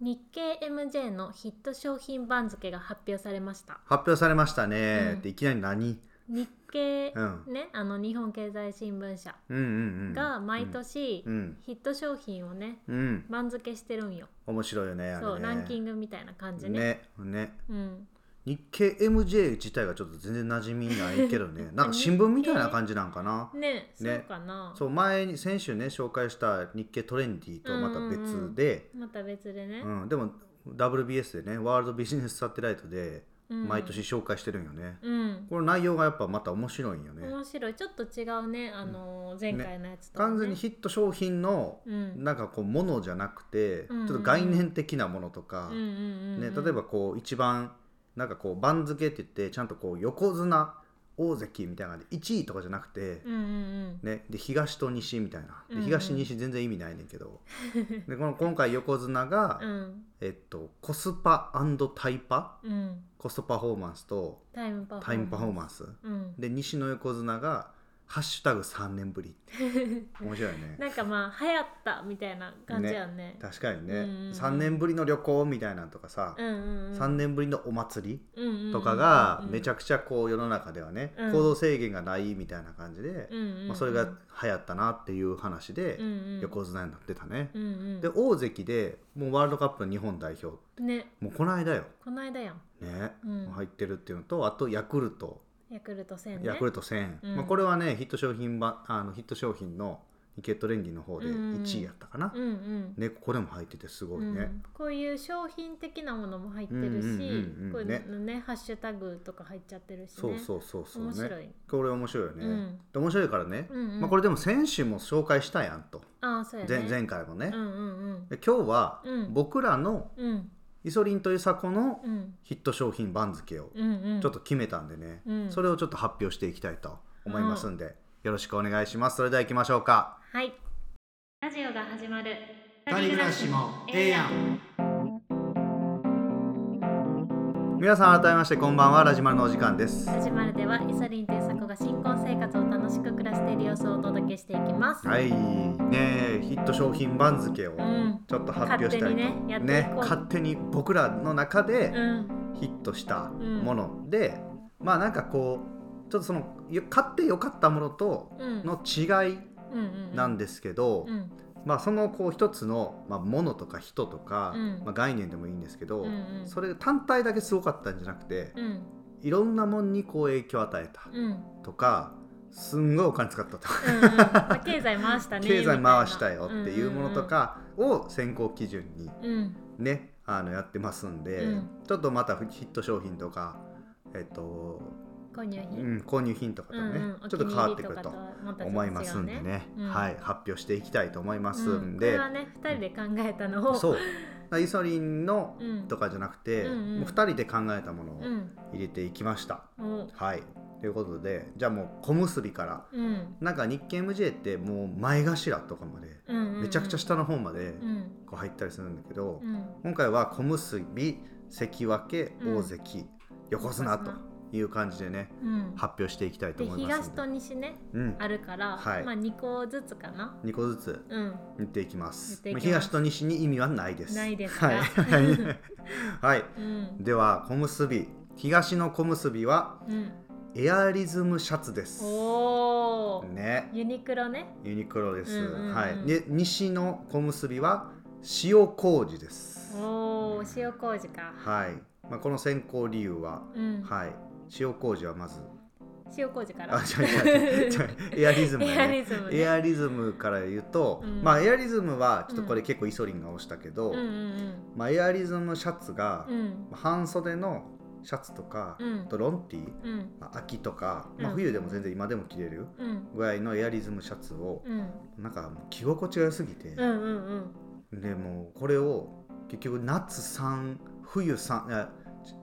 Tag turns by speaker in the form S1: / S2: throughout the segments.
S1: 日経 MJ のヒット商品番付が発表されました
S2: 発表されましたね、
S1: うん
S2: っていきなり何
S1: 日経、
S2: うん
S1: ねあの日本経済新聞社
S2: うんうんうん
S1: が毎年
S2: うん
S1: ヒット商品をね
S2: うん、うん
S1: 番付してるんよ、
S2: 面白いよねあれね
S1: そうランキン
S2: グ
S1: グみたいな感じね
S2: ねね
S1: うん、
S2: 日経 MJ 自体がちょっと全然馴染みないけ どねなんか新聞みたいな感じなんかな
S1: ねそ
S2: ね
S1: うかな
S2: そう前に先週ね紹介した日経トレンディとまた別で、
S1: また別でね
S2: う、んでも WBS でねワールドビジネスサテライトで
S1: うん
S2: 毎年紹介してるんよね、
S1: うん、
S2: この内容がやっぱまた面白いんよね
S1: 面白いちょっと違うねあのー前回のやつとはね、
S2: 完全にヒット商品の
S1: うん
S2: なんかこうものじゃなくて、
S1: うん
S2: ちょっと概念的なものとか、
S1: うんうんうん
S2: ね、
S1: うん
S2: 例えばこう一番なんかこう番付って言ってちゃんとこう横綱大関みたいな感じで1位とかじゃなくて、
S1: うんうん
S2: ね、で東と西みたいな
S1: うんうん
S2: で東西全然意味ないねんけど、でこの今回横綱が、
S1: うんうん
S2: えっと、コスパタイパ
S1: うん
S2: コストパフォーマンスと
S1: タイムパフォーマンス
S2: タイムパフォーマンス
S1: うん
S2: で西の横綱が「ハッシュタグ #3 年ぶり」面白いよね
S1: なんかまあ流行ったみたいな感じやんね
S2: 確かにね、
S1: うんうんうん
S2: 3年ぶりの旅行みたいなのとかさ、
S1: うんうんうん
S2: 3年ぶりのお祭り
S1: うんうんうん
S2: とかがめち
S1: ゃ
S2: ゃくちゃこう世の中ではね、
S1: うん
S2: 行動制限がないみたいな感じで、まあ、それが流行ったなっていう話で横綱になってたね。
S1: うんうん
S2: で大関でもうワールドカップの日本代表
S1: ね
S2: もうこの間よ、
S1: この間やん
S2: ね
S1: うん
S2: 入ってるっていうのとあとヤクルト、
S1: ヤクルト1000ね
S2: ヤクルト1000、
S1: うん
S2: まあ、これはねヒット商品版あのヒット商品のイケットレンディの方で1位やったかな、
S1: うんうん
S2: ねここでも入っててすごいね。
S1: うん、こういう商品的なものも入ってる
S2: うんうん
S1: し
S2: うんうん
S1: こうい
S2: ね
S1: うのねハッシュタグとか入っちゃってるしね
S2: そうそうそうそうね
S1: 面白い
S2: これ面白いよね、
S1: うん
S2: で面白いからね、
S1: うんうん
S2: まあ、これでも先週も紹介したやんと、
S1: ああそうやね
S2: 前前回もね
S1: う、んうんうん
S2: で今日は
S1: うん
S2: 僕らの
S1: うん
S2: イソリンとイサコの
S1: うん
S2: ヒット商品番付を
S1: うんうん
S2: ちょっと決めたんでね、
S1: うん
S2: それをちょっと発表していきたいと思いますんで、よろしくお願いしますそれでは行きましょうか
S1: はいラジオが始まる
S2: ん皆さん改めましてこんばんはラジマルのお時間です
S1: 始まるではイソリンという作が新婚生活を楽しく暮らしている様子をお届けしていきます、
S2: はいねえヒット商品番付を
S1: うん
S2: ちょっと発表した
S1: 勝
S2: いと、
S1: 手にねやっていこう
S2: 勝手に僕らの中
S1: う
S2: で
S1: ん
S2: ヒットしたもので、まあなんかこうちょっとそのよ買ってよかったものと
S1: うん
S2: の違い
S1: うんうん
S2: なんですけど、
S1: うん
S2: まあそのこう一つの、まあ、ものとか人とか、
S1: うん
S2: まあ、概念でもいいんですけど、
S1: うんうん
S2: それ単体だけすごかったんじゃなくて、
S1: うん
S2: いろんなもんにこう影響を与えた
S1: うんうんうん
S2: とか、すんごいお金使ったとか。
S1: まあ経済回したね
S2: 経済回した
S1: み
S2: よ
S1: たいな
S2: っていうものとかを選考基準に
S1: うんうん
S2: ねあのやってますんで、
S1: うん
S2: ちょっとまたヒット商品とか、えっと
S1: 購入
S2: う
S1: 品、
S2: ん、購入品とかとね、
S1: うんうん
S2: ちょっと変わってくると思いますんでね、はい、発表していきたいと思いま
S1: お気
S2: す
S1: に入りとかとはまた全然違うねうんこれはね2人で考
S2: んで、
S1: えたのを
S2: そう
S1: う、
S2: だからイソリンの
S1: うん、
S2: とかじゃなくて、
S1: うんうん
S2: もう2人で考えたものを
S1: うん
S2: 入れていきました。
S1: お
S2: はいということでじゃあもう小結びから
S1: うん
S2: なんか日経 MJ ってもう前頭とかまで
S1: うんうんうん
S2: めちゃくちゃ下の方まで
S1: うん
S2: こう入ったりするんだけど、
S1: うん
S2: 今回は小結び関脇
S1: うん
S2: 大関、横綱という感じでね
S1: うん
S2: 発表していきたいと
S1: で
S2: 思いま
S1: 東
S2: すんで
S1: と西ね
S2: うん、
S1: あるから、
S2: はい
S1: まあ2個ずつかな
S2: 2個ずつ
S1: うん
S2: 言っていきます
S1: 言っていきます
S2: まあ東と西に意味はないです
S1: ないですか
S2: はい、はいはい、
S1: うん
S2: では小結び東の小結びは
S1: うん
S2: エアリズムシャツです
S1: おお、
S2: ね
S1: ユニクロね
S2: ユニクロです、
S1: うんうんうん
S2: はいで西の小結びは塩麹です
S1: おお塩麹か、
S2: はい、まあ、この選考理由は
S1: うん
S2: はい塩麹はまず
S1: 塩麹か
S2: あ
S1: ら
S2: 違 う違う違うエアリズム
S1: エア
S2: や
S1: リ
S2: ね
S1: ズムね
S2: エアリズムから言うと、
S1: うん
S2: まあエアリズムはちょっとこれ結構イソリンが押したけど、
S1: うんうん
S2: まあ、エアリズムシャツが
S1: うんう、ん
S2: 半袖のシャツとか、
S1: うん
S2: あとロンティー、
S1: うん
S2: まあ秋とか、まあ、
S1: うん
S2: 冬でも全然今でも着れる
S1: うん
S2: ぐらいのエアリズムシャツを、
S1: うん
S2: なんかもう着心地が良すぎて、
S1: うんうんうん
S2: でもうこれを結局夏3冬3いや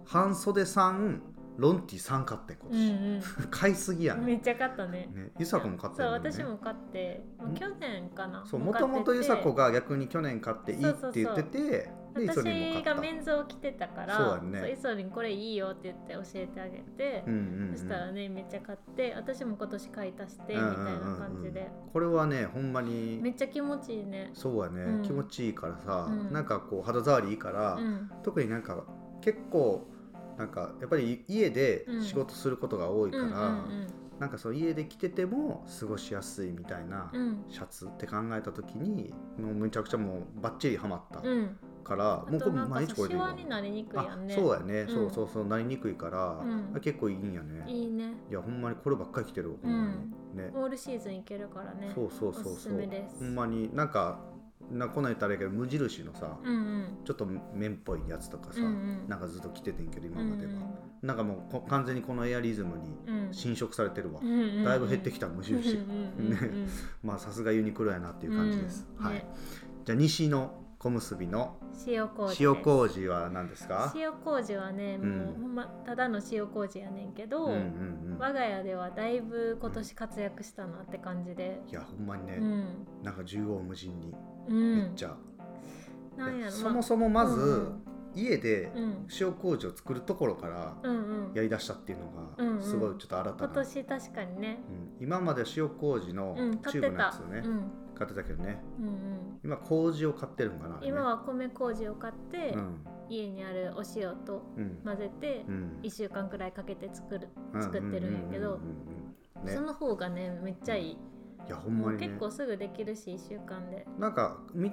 S2: 半袖3ロンティー3買ってん今
S1: う
S2: 年、
S1: ん
S2: 買いすぎや
S1: うん
S2: ね
S1: めっちゃ買ったね
S2: ね、伊佐子も買って
S1: そう
S2: るもんね。
S1: 私も買ってもう去年かな
S2: そう
S1: も
S2: も
S1: う買
S2: と
S1: ってて
S2: もと伊佐子が逆に去年買っていいって言っててでイソリン
S1: 私
S2: も買った
S1: がメンズを着てたから
S2: そうだね
S1: イソリンこれいいよって言って教えてあげて、
S2: うんうんうん
S1: そしたらねめっちゃ買って私も今年買い足してみたいな感じで、
S2: うんうんうんこれはねほんま
S1: め
S2: に
S1: っちゃ気持ちいいね。
S2: そうやね、
S1: うん
S2: 気持ちいいからさ、
S1: うん
S2: なんかこう肌触りいいから、
S1: うん
S2: 特になんか結構なんかやっぱり家で仕事することが多いから、
S1: うんうん
S2: なんかその家で着てても過ごしやすいみたいな
S1: うんうん
S2: シャツって考えた時にもうむちゃくちゃもうバッチリハマった
S1: うん、
S2: から、
S1: あ
S2: もうことれ
S1: なんか
S2: 毎
S1: さ
S2: 日
S1: シ
S2: これでいい
S1: ワ
S2: わ
S1: になりにくいや
S2: あ
S1: んね
S2: そうやね、そううんそうそうなりにくいから、
S1: うん
S2: あ結構いいんやね
S1: いいね
S2: いやほんまにこればっかり着てるわほんまに、ね
S1: オールシーズンいけるからね
S2: そうそうそうそう
S1: おすすめです
S2: ほんまになんかなこんなん言ったらあれやけど無印のさ、
S1: うんうん
S2: ちょっと綿っぽいやつとかさ、
S1: うんうん
S2: なんかずっと着ててんけど今までは、なんかもうこ完全にこのエアリズムに
S1: うんうん
S2: 侵食されてるわ、
S1: うんうんうん
S2: だいぶ減ってきた無印、
S1: うんうんうんうん
S2: ね まあさすがユニクロやなっていう感じです、
S1: うん
S2: はい
S1: ね
S2: じゃあ西の小結びの
S1: 塩麹
S2: 塩
S1: です
S2: 麹は何ですか
S1: 塩麹はねもう、
S2: うん
S1: ほんまただの塩麹やねんけど、
S2: うんうんうん
S1: 我が家ではだいぶ今年活躍したなって感じで
S2: いやほんまにね、
S1: うん
S2: なんか縦横無尽に
S1: うん
S2: めっちゃ、
S1: なんやろ
S2: そもそもまず、
S1: うん
S2: 家で
S1: まあうん
S2: 塩麹を作るところから
S1: うんうん
S2: やりだしたっていうの
S1: うんう
S2: が
S1: ん
S2: すごいちょっと新た
S1: 今
S2: な、
S1: 年確かにね
S2: うん今まで塩麹の
S1: うん
S2: チ
S1: 買
S2: ュ
S1: っ
S2: ー
S1: て
S2: ブのや
S1: た
S2: つをね、
S1: うん
S2: 買ってたけどね
S1: うんうん
S2: 今麹を買ってるんかな、あれね、
S1: 今は米麹を買って、
S2: うん
S1: 家にあるお塩と
S2: うん
S1: 混ぜて、
S2: うん
S1: 1週間くらいかけて作る、
S2: うん
S1: 作ってるんやけど
S2: ううんうんうんね
S1: その方がねめっちゃいい、
S2: いやほん
S1: も
S2: ま
S1: う
S2: にね
S1: 結構すぐできるし1週間で
S2: なんかみ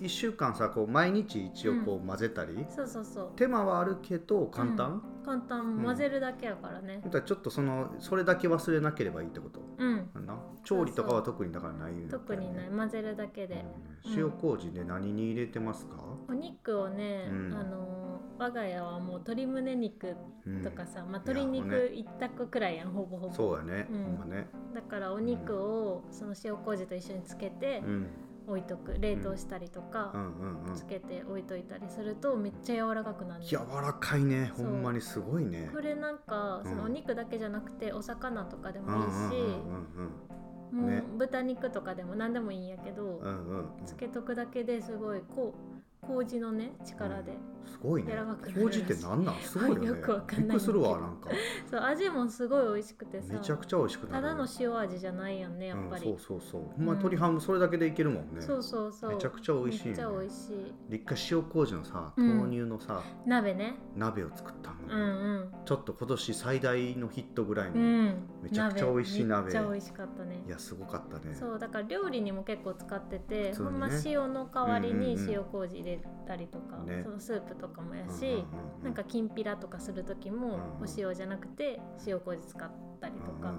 S2: 1週間さこう毎日一応こう混ぜたり、
S1: そうそうそう
S2: 手間はあるけど簡単、
S1: 簡単
S2: うん
S1: 混ぜるだけやからね
S2: だからちょっとそのそれだけ忘れなければいいってこと
S1: うん、
S2: なんだ調理とかは特にだからないよね
S1: 特にない
S2: うん
S1: 混ぜるだけで、うん
S2: 塩麹で何に入れてますか、
S1: お肉をね、
S2: うん
S1: あのー我が家はもう鶏胸肉
S2: うん
S1: とかさ、まあ、
S2: いや
S1: 鶏肉一択くらいやんほぼほぼ
S2: そうやね、
S1: うん
S2: ほんまね、
S1: だからお肉をその塩麹と一緒につけて
S2: うん、
S1: 置いとく冷凍したりと
S2: う
S1: か、
S2: んうんうん
S1: つけて置いといたりするとめっちゃ柔らかくなるの
S2: 柔らかいねほ
S1: そうん
S2: まにすごいね
S1: これなんか
S2: うん
S1: そのお肉だけじゃなくてお魚とかで
S2: うんう
S1: もいい
S2: ん
S1: し、
S2: んうんね
S1: もう豚肉とかでも何でもいいんやけど、
S2: うんうんうんうんうん
S1: つけとくだけですごいこう麹のね力で、
S2: すごいね
S1: 柔らかくなる
S2: 麹ってな んなんすごいよね
S1: よくわかんないんだけど
S2: びっくりするわなんか
S1: そう味もすごい美味しくてさ
S2: めちゃくちゃ美味しくな
S1: た
S2: る
S1: だの塩味じゃないやんねやっぱり、
S2: うん、そうそうそうほんまに鶏ハムそれだけでいけるもんね、
S1: そうそうそう
S2: めちゃくちゃ美味しい、ね、
S1: めっちゃ美味しい
S2: で一回塩麹のさ
S1: うん
S2: 豆乳のさ、
S1: 鍋ね
S2: 鍋を作ったの
S1: う
S2: よ、
S1: ん
S2: ちょっと今年最大のヒットぐらいの、
S1: うんうん
S2: めちゃくちゃ美味しい鍋
S1: めっちゃ美味しかったね
S2: いやすごかったね
S1: そうだから料理にも結構使ってて、
S2: 普通
S1: ほ
S2: にね
S1: んま塩の代わりに
S2: うんうんうん
S1: 塩麹入れたりとか、
S2: ね
S1: そのスープとかもや
S2: うんうん
S1: し、
S2: うんうん
S1: なんかきんぴらとかする時
S2: う
S1: も
S2: んうん
S1: お塩じゃなくて塩麹使ったりとか、
S2: うんうんうんうん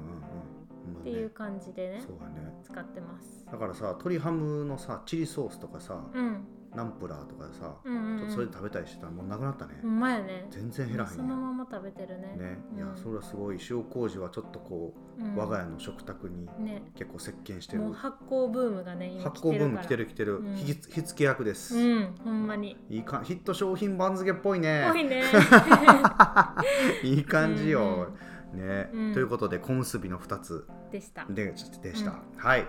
S1: っていう感じでね
S2: そうだね
S1: 使ってます。
S2: だからさ鶏ハムのさチリソースとかさ、
S1: うん、
S2: ナンプラーとかさ、
S1: うんうん、
S2: ち
S1: う
S2: ょっ
S1: ん。
S2: とそれ食べたりしてたらもうなくなったね、
S1: ほんまやね。
S2: 全然減らへんやん
S1: そのまま食べてるね。
S2: ね、いや
S1: うん
S2: それはすごい塩麹はちょっとこ
S1: う
S2: う、
S1: ん
S2: 我が家の食卓に
S1: ね。
S2: 結構席巻してる
S1: もう発酵ブームがね今
S2: 発酵ブーム来て
S1: る
S2: る来てる、
S1: うん
S2: 火つ火付け役で
S1: か
S2: す、
S1: ら。うん、ほんまに。
S2: いいかヒット商品番付っぽいね
S1: 多いね。
S2: いい感じよ、ね、
S1: うん
S2: ということで小結びの2つ
S1: でした。
S2: ででした、はい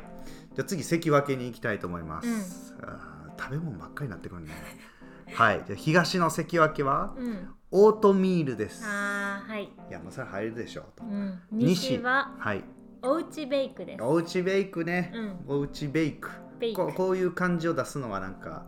S2: じゃあ次関脇に行きたいと思います、あー食べ物ばっかりになってくるね はいじゃあ東の関脇は
S1: うん。
S2: オートミールです
S1: ああはい。
S2: いやまあそれ入るでしょうと、
S1: うん。
S2: 西
S1: 西は
S2: はい
S1: おうちベイクです。
S2: おうちベイクね、
S1: うん
S2: おうちベイク
S1: ベイク
S2: こうこういう感じを出すのはなんか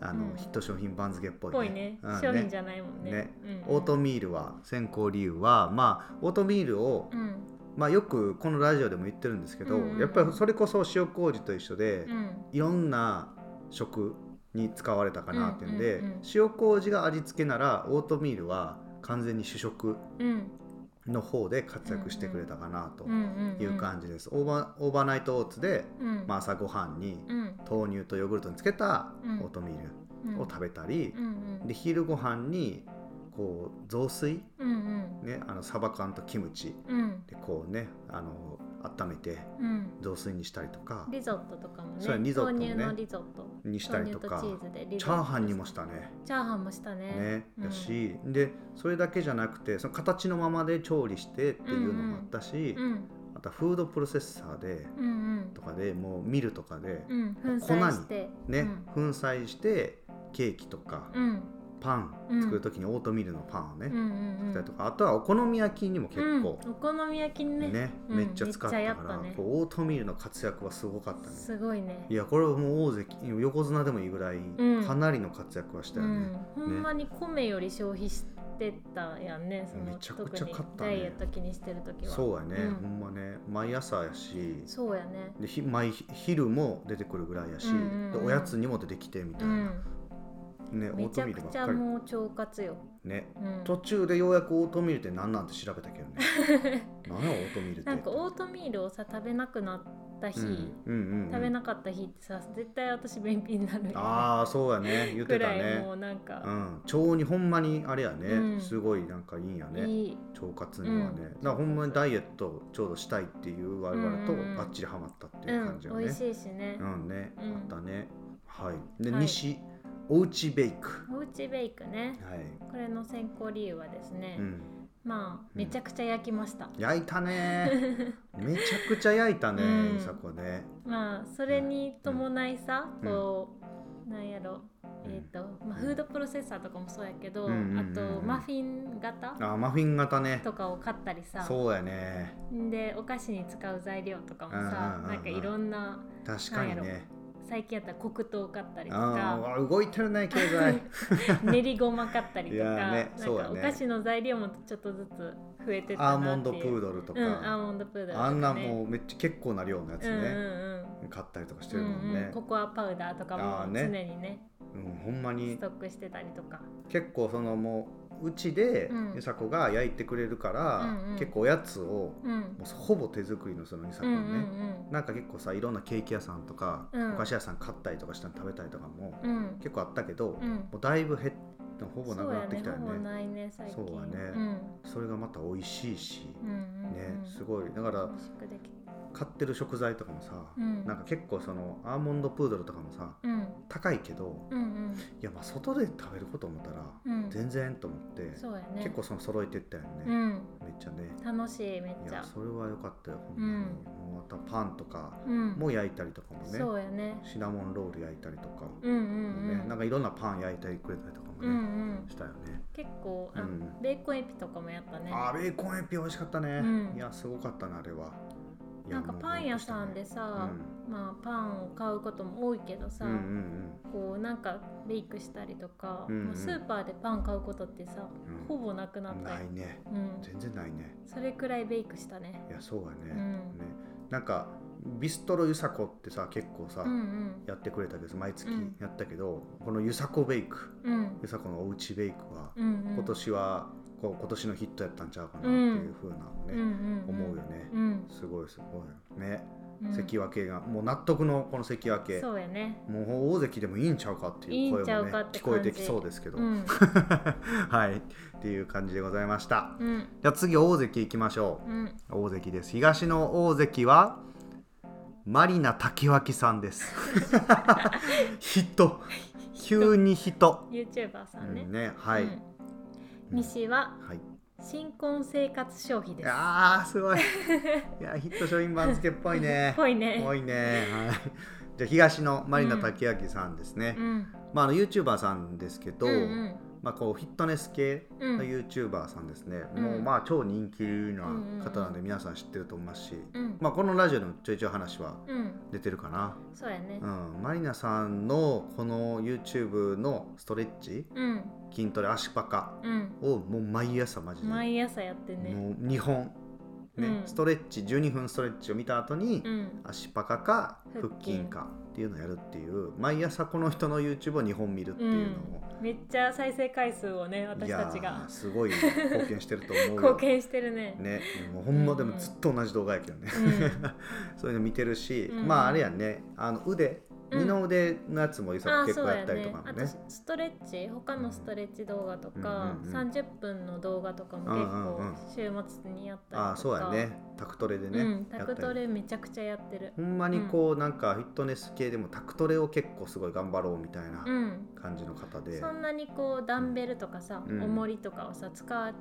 S2: あの、
S1: うん
S2: ヒット商品番付っぽいね
S1: ぽいね
S2: うん。
S1: 商品じゃないもんね。
S2: ね
S1: うんうん
S2: オートミールは選考理由はまあオートミールを、
S1: うん。
S2: まあ、よくこのラジオでも言ってるんですけど、
S1: うんうん
S2: やっぱりそれこそ塩麹と一緒で、
S1: うん。
S2: いろんな食に使われたかなっていうんで、
S1: うんうんうん
S2: 塩麹が味付けならオートミールは完全に主食
S1: うん。
S2: の方で活躍してくれたかなと
S1: うん。
S2: いう感じです。オーバーオーバーナイトオーツで、
S1: じ。うん。
S2: まあ、朝ごはんに
S1: うん。
S2: 豆乳とヨーグルトにつけた
S1: うん
S2: オートミー
S1: う
S2: ル
S1: ん。
S2: を食べたり
S1: う、んうん。
S2: で昼ご飯にこう雑炊
S1: うんうん。
S2: ねあのサバ缶とキムチ
S1: うん。
S2: でこうねあの温めて
S1: うん。
S2: 雑炊にしたりとか
S1: リゾットとかもね
S2: そうやリゾットもね
S1: 豆乳のリゾット
S2: にしたりとか
S1: 豆乳とチーズでリゾット
S2: チャーハンにもしたね。
S1: チャーハンもしたね
S2: ね
S1: うん
S2: だしでそれだけじゃなくてその形のままで調理してっていうのもあったし、
S1: うん
S2: あとはフードプロセッサーで
S1: うんうん
S2: とかでもうミルとかで
S1: うん粉砕して
S2: ね、
S1: うん
S2: 粉砕してケーキとか
S1: うん
S2: パン
S1: うん
S2: 作る時にオートミールのパンをね
S1: うんうん
S2: 作
S1: う
S2: った
S1: ん
S2: りとかあとはお好み焼きにも結構
S1: うん、お好み焼きね
S2: ね
S1: うん
S2: めっちゃ使ったか
S1: めっちゃや
S2: ら
S1: ったね
S2: こうオートミールの活躍はすごかったね
S1: すごいね
S2: いやこれはもう大関横綱でもいいぐらい
S1: うん
S2: かなりの活躍はしたよね、
S1: うん、ほんまに米より消費してたやんねその
S2: めちゃくちゃ買ったね
S1: 特にダイエット気にしてる時は
S2: そうやね、
S1: うん
S2: ほんまね毎朝やし
S1: そうやね
S2: でひ毎日昼も出てくるぐらいやし、
S1: うんうんうん
S2: でおやつにも出てきてみた
S1: う
S2: いな、
S1: ん
S2: ねオ
S1: め
S2: ー
S1: ち
S2: ト
S1: ゃ
S2: ミール
S1: く
S2: ばっ
S1: ちゃ
S2: かり
S1: もう腸活よ、
S2: ね
S1: うん、
S2: 途中でようやくオートミールって何なんて調べたけど ね何やオートミールって
S1: なんかオートミールをさ食べなくなった日、
S2: うんうんうんうん、
S1: 食べなかった日ってさ絶対私便秘になるよ
S2: ああそうやね言っ
S1: く
S2: てた
S1: らい
S2: ね
S1: もうなんか
S2: う、ん、腸にほんまにあれやね、
S1: うん
S2: すごいなんかいいんやね
S1: いい
S2: 腸活に
S1: う
S2: はね、
S1: ん
S2: だからほんまにダイエットをちょうどしたいっていう我々と
S1: うんうんうん
S2: バッチリハマったっ
S1: う
S2: ていう感
S1: ん
S2: じがね、
S1: 美味しいしね
S2: う、んね、
S1: うん
S2: あったねはいで、
S1: はい
S2: 西おうちベイク
S1: おうちベイクね
S2: はい、
S1: これの選考理由はですね、
S2: うん、
S1: まあ
S2: うん
S1: めちゃくちゃ焼きま した、
S2: 焼い たねめちゃくちゃ焼いたね、
S1: うん
S2: いさこね
S1: まあそれに伴いさ、
S2: うん
S1: こうなんやろ
S2: うん
S1: えーとまあ、フードプロセッサーとかもそうやけど、
S2: うんうんうんうん
S1: あとマフィン型
S2: あマフィン型ね
S1: とかを買ったりさ
S2: そうやね
S1: でお菓子に使う材料とかも
S2: うんうん
S1: さ
S2: うんうん
S1: なんかいろんな
S2: 確かにね
S1: 最近やったら黒糖買ったりと
S2: あ
S1: か
S2: あ動いてるね経 済
S1: 練りごま買ったりとか,、
S2: いやね
S1: なん
S2: そう
S1: か
S2: や
S1: お
S2: ね
S1: 菓子の材料もちょっとずつ増えて
S2: ア
S1: た
S2: ーモ
S1: な
S2: ン
S1: って
S2: ドプ
S1: いう
S2: ードルと か、
S1: うん、アーモンドプードルとか、ね、
S2: あんなもうめっちゃ結構な量のやつね、
S1: うんうんうん
S2: 買ったりとかして
S1: う
S2: る
S1: ん
S2: もん
S1: う
S2: ね
S1: ん、ココアパウダーとか
S2: あー
S1: も
S2: ね
S1: 常にね
S2: うんほんまに
S1: ストックしてたりとか
S2: 結構そのもううちで
S1: うん
S2: 美佐子が焼いてくれるから、
S1: うんうん
S2: 結構おやつを
S1: うん
S2: もうほぼ手作りのその美佐
S1: う
S2: 子
S1: んう
S2: の
S1: ん
S2: ね、なんか結構さいろんなケーキ屋さんとか、
S1: うん
S2: お菓子屋さん買ったりとかしたの食べたりとかも
S1: うんうん
S2: 結構あったけど、
S1: うん
S2: もうだいぶ減っほぼなくなってきたよ
S1: そうやねほぼ
S2: ね
S1: ないね最近
S2: そうやね
S1: うん
S2: それがまた美味しいし、
S1: うんうんうん、
S2: ねすごいだから
S1: 美味しくできた
S2: 買ってる食材とかもさ、
S1: うん
S2: なんか結構そのアーモンドプードルとかもさ
S1: うん
S2: 高いけど
S1: うんうん
S2: いやまあ外で食べること思ったら
S1: うん
S2: 全然と思って、
S1: そうやね
S2: 結構その揃えてったよね、
S1: うん
S2: めっちゃね
S1: 楽しいめっ
S2: い
S1: ち
S2: や
S1: ゃ
S2: それは良かったよほん
S1: う
S2: まに、
S1: ん
S2: もうまたパンとか
S1: うん
S2: も焼いたりとかもね、
S1: そうやね
S2: シナモンロール焼いたりとかも
S1: うんうん
S2: ね、
S1: うん
S2: なんかいろんなパン焼いてくれたりとかも
S1: う
S2: ね、
S1: んうん
S2: したよね
S1: 結構あ、
S2: うん
S1: ベーコンエピとかもやったね
S2: あーベーコンエピ美味しかったね、
S1: うん
S2: いやすごかったなあれは
S1: なんかパン屋さんですさ、まあパンを買うことも多いけどさ、
S2: うんうん
S1: こうなんかベイクしたりとか、
S2: うんうん
S1: もうスーパーでパン買うことってさ、
S2: うん
S1: ほぼなく
S2: う
S1: なっ
S2: ん
S1: た
S2: な
S1: よ
S2: い、ね
S1: うん、
S2: 全然ないね
S1: それくらいベイクしたね
S2: いやそうや
S1: う
S2: ね,、
S1: ん
S2: ねなんかビストロゆさこってさ結構さ、
S1: うんうん
S2: やってくれたけど毎月
S1: うん
S2: やったけど、このゆさこベイク
S1: うん
S2: ゆさこのおうちベイクは、
S1: うんうん
S2: 今年はこう今年のヒットやったんちゃうかなっていうふうなね、
S1: うんうんうん
S2: 思うよね
S1: うん
S2: すごいすごいね、
S1: うん
S2: 関脇がもう納得のこの関脇
S1: そうやね
S2: もう大関でもいいんちゃうかって
S1: いい
S2: いうん声
S1: ちゃ
S2: も
S1: う
S2: ね
S1: かって
S2: 聞こえて
S1: 感
S2: き
S1: じ
S2: そうですけど、
S1: うん
S2: はいっていう感じでございました
S1: うん
S2: じゃあ次大関いきましょ
S1: うん
S2: う大関です東の大関はマリナ滝脇さんです 人急に人
S1: YouTuber さんね、
S2: うんねはい、
S1: うん西は
S2: はい
S1: 新婚生活消費です
S2: あーすごいいやヒット商品番付っぽいね
S1: ぽいね
S2: 多いね。はい。じゃあ東のマリナ竹明さんですね。
S1: うん
S2: まああの YouTuber さんですけど、
S1: うんうん
S2: まあこうフィットネス系
S1: うん
S2: の YouTuber さんですね。
S1: うん
S2: もうまあ超人気
S1: んうん
S2: な方なんで皆さん知ってると思いますし、
S1: うん
S2: まあこのラジオでもちょいちょい話は
S1: うん
S2: 出てるかな。
S1: そうやね
S2: うん。マリナさんのこの YouTube のストレッチ、
S1: うん
S2: 筋トレ、足パカ
S1: うん
S2: をもう毎朝マジで、
S1: 毎朝やってね
S2: もう2本。ね、
S1: うん
S2: ストレッチ12分ストレッチを見た後に、
S1: うん
S2: 足パカか
S1: 腹
S2: 腹
S1: 筋
S2: 筋かっていうのをやるっていう毎朝この人の YouTube を2本見るっていううの
S1: ん
S2: を、
S1: めっちゃ再生回数をね
S2: い
S1: 私
S2: や
S1: たちが
S2: ーすごい貢献してると思うよ
S1: 貢献してるね。
S2: ねもうほんまで
S1: うん
S2: もずっと同じ動画やけどね、
S1: うん
S2: そういうの見てるし、
S1: うん
S2: まああれやねあの腕
S1: うん
S2: 二の腕のやつもゆさ
S1: あ
S2: く
S1: ー
S2: 結
S1: そう
S2: 構
S1: や
S2: やったり
S1: ね
S2: とかも
S1: あ
S2: ね
S1: とストレッチ他のストレッチ動画とか、
S2: うんうんうん
S1: 30分の動画とかも
S2: うんうんうん
S1: 結構週末にやったりとか、
S2: ああーそうやねタクトレでね、
S1: うん、
S2: や
S1: タ
S2: った
S1: ク
S2: り
S1: トレめちゃくちゃやってる
S2: ほんまにこう、なんかフィットネス系でもタクトレを結構すごい頑張ろうみたいな
S1: うん
S2: 感じの方で、
S1: そんなにこうダンベルとかさ、
S2: うん
S1: 重りとかをさ使う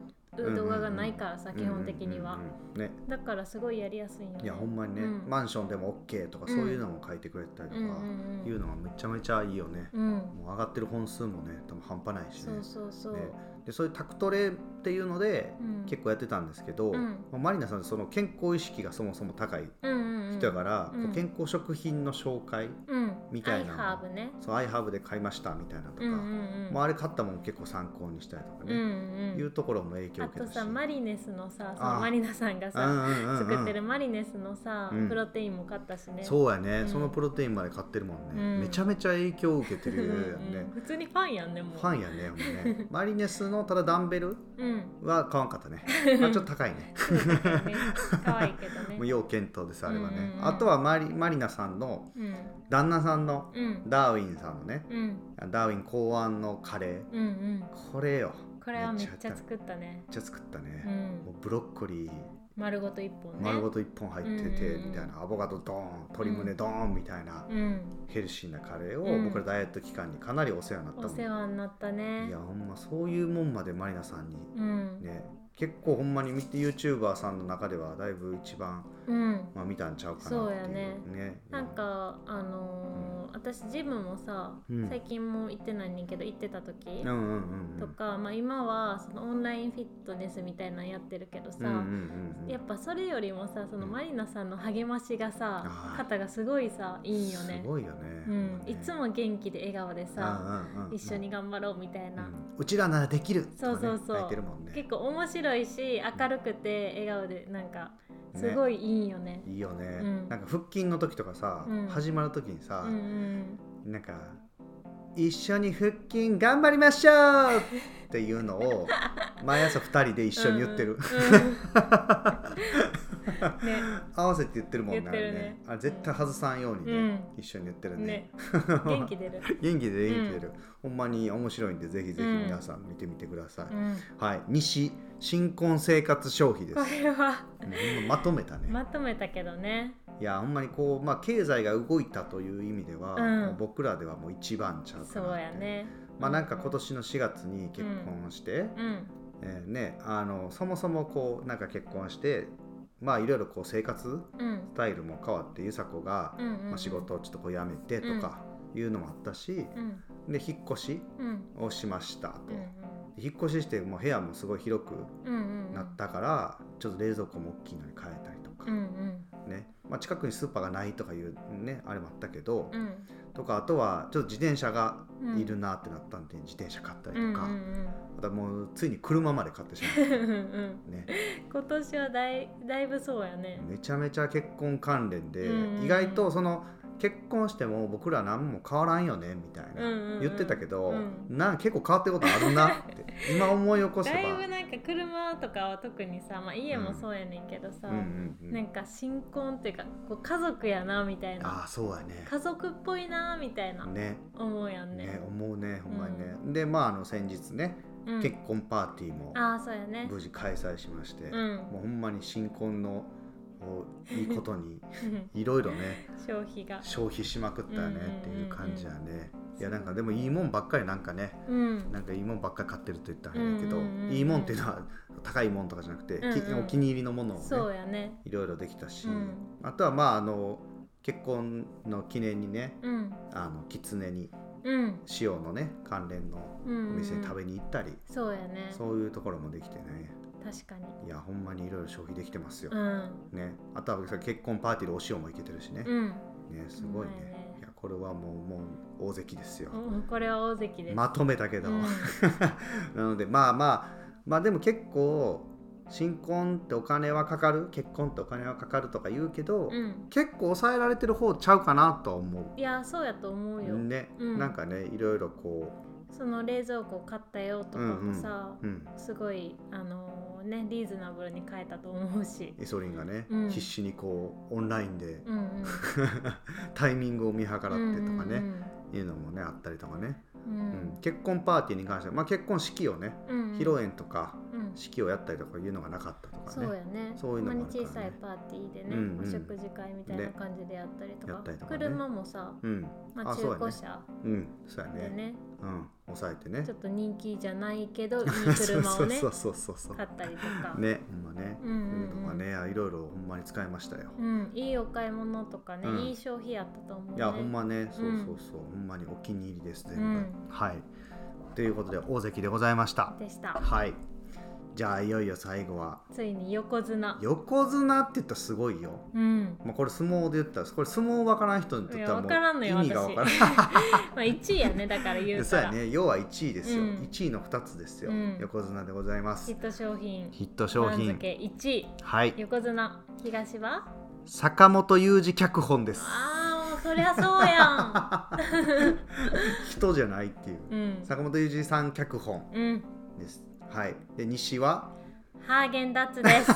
S1: 動画がないからさ、基本的には、
S2: うんうんうんうんね
S1: だからすごいやりやすいよね
S2: いやほんまにね、
S1: うん
S2: マンションでも OK とか
S1: う
S2: そ
S1: ん
S2: ういうのも書いてくれたりとか、
S1: うんうんうん
S2: いうのがめちゃめちゃいいよね、
S1: うん
S2: もう上がってる本数もね多分半端ないし
S1: そ
S2: ね
S1: うそうそう、
S2: ねでそういうタクトレっていうので、
S1: うん
S2: 結構やってたんですけ
S1: う
S2: ど、
S1: ん
S2: まあマリナさんその健康意識がそもそも高い
S1: うんうんうん
S2: 人だから、
S1: うん
S2: こう健康食品の紹介
S1: うん
S2: みたいなの
S1: アイハーブね
S2: そうアイハーブで買いましたみたいなとか、
S1: うんうんうん
S2: もうあれ買ったもん結構参考にしたりとか
S1: う
S2: ね、
S1: んう
S2: い
S1: ん
S2: うところも影響を
S1: あ
S2: 受け
S1: と
S2: たし
S1: さマリネスのさその
S2: あー
S1: マリナさんが
S2: うん
S1: さ
S2: うんうんうん
S1: 作ってるマリネスのさ、
S2: うん
S1: プロテインも買ったしね
S2: そうやね、
S1: うん
S2: そのプロテインまで買ってるもん
S1: う
S2: ね、
S1: ん
S2: めちゃめちゃ影響を受けてる
S1: う
S2: や
S1: ん
S2: んね、
S1: うん普通にファンやんねもう
S2: ファンやねほんま ねマリネスのただダンベル
S1: うん
S2: は買わんかった ね、まあ、ちょっと高いね
S1: そうだね可愛いけどね
S2: もう要検討ですあれは
S1: うん
S2: ね、
S1: うんうん
S2: あとはマリマリナさんの
S1: うん
S2: 旦那さんの
S1: うん
S2: ダーウィンさんのね
S1: うん
S2: ダーウィン考案のカレー
S1: うんうん
S2: これよ
S1: これはめっち
S2: めっ
S1: ゃ作ったね
S2: ちゃ作ったね
S1: う、
S2: もうんブロッコリー
S1: 丸ごと一本ね
S2: 丸ごと1本入ってて、
S1: うんうんうん
S2: みたいなアボカドドーン鶏胸ドーンみたいな、
S1: うん
S2: ヘルシーなカレーを、
S1: うん
S2: 僕らダイエット期間にかなりお世話になった
S1: お
S2: もん
S1: 世話になったね
S2: いやほんまそういうもんまでマリナさんに
S1: うん
S2: ね結構ほんまに見て YouTuber さんの中ではだいぶ一番、
S1: うん
S2: まあ、見たんちゃうかなっていう
S1: そうやねなん、かあのー私ジムもさ、
S2: うん
S1: 最近もう行ってないねんけど行ってた時
S2: うんうんうんうん、
S1: とか、まあ、今はそのオンラインフィットネスみたいなのやってるけどさ、
S2: うんうんうん、
S1: やっぱそれよりもさそのマリナさんの励ましがさ、
S2: あー
S1: 肩がすごいさいいよね
S2: すごいよね、
S1: うん、いつ
S2: も
S1: も元気で笑顔でさ、一緒に
S2: が
S1: 頑張ろうみたいな、
S2: うちらならできるとかね
S1: そうそうそう
S2: 書いてるもんね
S1: 結構面白いし明るくて笑顔でなんかすごいいいよね
S2: いいよね、
S1: うん
S2: なんか腹筋の時とかさ、
S1: うん
S2: 始まる時に
S1: う
S2: さ
S1: ん、うん
S2: なんか一緒に腹筋頑張りましょうっていうの を毎朝2人で一緒に言って る、
S1: うんうんね
S2: 合わせて言ってるもん
S1: 言
S2: な
S1: ってるね
S2: あれ絶対外さんようにね、
S1: うん
S2: 一緒に言 ってるね
S1: ね元気出る、
S2: 元気で元気出る、ほんまに面白いんでぜひぜひ
S1: うん
S2: 皆さん見てみてください、
S1: うん、
S2: はい西新婚生活消費です
S1: これは
S2: うんほんままとめたね、
S1: まとめたけどね
S2: いやほんまにこう、まあ、経済が動いたという意味では、
S1: うん
S2: もう僕らではもう一番ちゃうか
S1: そ
S2: な
S1: うやね
S2: まあなんか今年の4月に結婚して、
S1: うん
S2: えーね、あのそもそもこうなんか結婚してまあいろいろこう生活
S1: うん
S2: スタイルも変わってゆさこが、
S1: うんうんうん
S2: まあ、仕事をちょっとこう辞めてとかいうのもあったし、
S1: うん
S2: で引っ越し
S1: うん
S2: をしましたと、
S1: うん
S2: で引っ越ししてもう部屋もすごい広く
S1: うんうんうん
S2: なったから、ちょっと冷蔵庫も大きいのに変えたりとか
S1: う、ん
S2: ねまあ、近くにスーパーがないとかいうねあれもあったけど、
S1: うんうん
S2: とかあとはちょっと自転車がいるなってなったんで、自転車買ったり
S1: うん
S2: とか、
S1: うん
S2: あとはもうついに車まで買ってしま
S1: う ん
S2: っ
S1: うん
S2: たね。
S1: 今年はだいだいぶそうやね
S2: めちゃめちゃ結婚関連で、
S1: うんうん
S2: 意外とその結婚しても僕ら何も変わらんよねみたいな、
S1: うんうんうん
S2: 言ってたけど、
S1: う
S2: なん結構変わってることあるなって今思い起こせば
S1: だいぶなんか車とかは特にさ、まあ、家もそうやねんけどさ、
S2: うんうんうん
S1: なんか新婚っていうかこう家族やなみたいな
S2: ああそうやね
S1: 家族っぽいなみたいな
S2: ね
S1: 思うやんね
S2: ね思うねほんまにね、でまああの先日ね、
S1: うん、
S2: 結婚パーティーも
S1: ああそうやね
S2: 無事開催しまして、
S1: うん
S2: もうほんまに新婚のこういいことに
S1: うん
S2: いろいろ ね
S1: 消費が
S2: 消費しまくったよねっていう感じやね、
S1: うん
S2: いやなんかでもいいもんばっかりなんかね
S1: うん
S2: なんかいいもんばっかり買ってると言ったらあれだけど、
S1: うんうんうんうん
S2: いいもんっていうのは 高いもんとかじゃなくて、き
S1: うんうん
S2: お気に入りのもの
S1: そ
S2: を
S1: う
S2: ね
S1: やね
S2: いろいろできたし、
S1: うん
S2: あとはまああの結婚の記念にね
S1: うん
S2: あの狐に
S1: うん
S2: 塩のね関連の
S1: う
S2: お
S1: ん
S2: 店に食べに行ったり、
S1: そうやね
S2: そういうところもできてね
S1: 確かに
S2: いやほんまにいろいろ消費できてますよ
S1: う、ん
S2: ね、あとはさ結婚パーティーでお塩もいけてるしね,、
S1: うん
S2: ねすごい
S1: ほん
S2: ね
S1: まやね
S2: いやこれはもうもう大関ですよ
S1: おこれは大関です、
S2: まとめたけど、
S1: うん
S2: なのでまあまあまあでも結構新婚ってお金はかかる結婚ってお金はかかるとか言うけど、
S1: うん
S2: 結構抑えられてる方ちゃうかなとは思
S1: いやそうやと思
S2: う
S1: うよ、
S2: ね、
S1: うん
S2: なんかねいろいろこ
S1: その冷蔵庫買ったよとかもさ、
S2: う、うん、
S1: すごいあのーねリーズナブルに買えたと思うし
S2: イソリンがね、
S1: うん
S2: 必死にこうオンラインで
S1: うんうん
S2: タイミングを見計らってとかね、
S1: うん
S2: いうのもねあったりとかね、
S1: う
S2: うん
S1: ん
S2: 結婚パーティーに関しては、まあ、結婚式をね
S1: うんうん
S2: 披露宴とか
S1: うん
S2: 式をやったりとかいうのがなかったとか
S1: そ
S2: ね
S1: うやね。
S2: そういうのもあるか
S1: ほんま
S2: らね
S1: に小さいパーティーでね、
S2: うんうん
S1: お食事会みたいな
S2: ね
S1: 感じでやったりと
S2: や
S1: か、
S2: ったりとかね
S1: 車もさ、
S2: うん
S1: まあ、中
S2: あそうやね
S1: 古車
S2: うんそうや
S1: でね
S2: ねうん、お抑えてね
S1: ちょっと人気じゃないけ どいい車をね
S2: そうそうそうそうそ
S1: 買ったりとか、
S2: うねほんまね、
S1: うんうんうん
S2: とかねいろいろほんまに使いましたよ、
S1: うん、いいお買い物とかね、
S2: うん
S1: いい消費やったと思う、ね、
S2: いやほんまねそう
S1: うん
S2: そうそう、ほんまにお気に入りです全部、
S1: うん
S2: はいということで大関でございました
S1: でした
S2: はいじゃあいよいよ最後は
S1: ついに横綱
S2: 横綱って言ったらすごいよ
S1: うん
S2: まあ、これ相撲で言ったらこれ相撲分からん人にとっては
S1: いや分
S2: も
S1: からん
S2: う
S1: の
S2: 意
S1: よ
S2: 味が分
S1: 私
S2: からん
S1: まあ1位やねだから言う
S2: そ
S1: た
S2: うや
S1: ら、
S2: ね要は1位ですよ、
S1: うん
S2: 1位の2つですよ、
S1: うん
S2: 横綱でございます
S1: ヒット商品
S2: ヒット商
S1: 番
S2: 品
S1: 付1位
S2: はい
S1: 横綱東は
S2: 坂本雄二脚本です
S1: ああもうそりゃそう や
S2: 人じゃないっていう、
S1: んうん
S2: 坂本雄二さん脚本
S1: うん
S2: ですはいで西は
S1: ハーゲンダッツです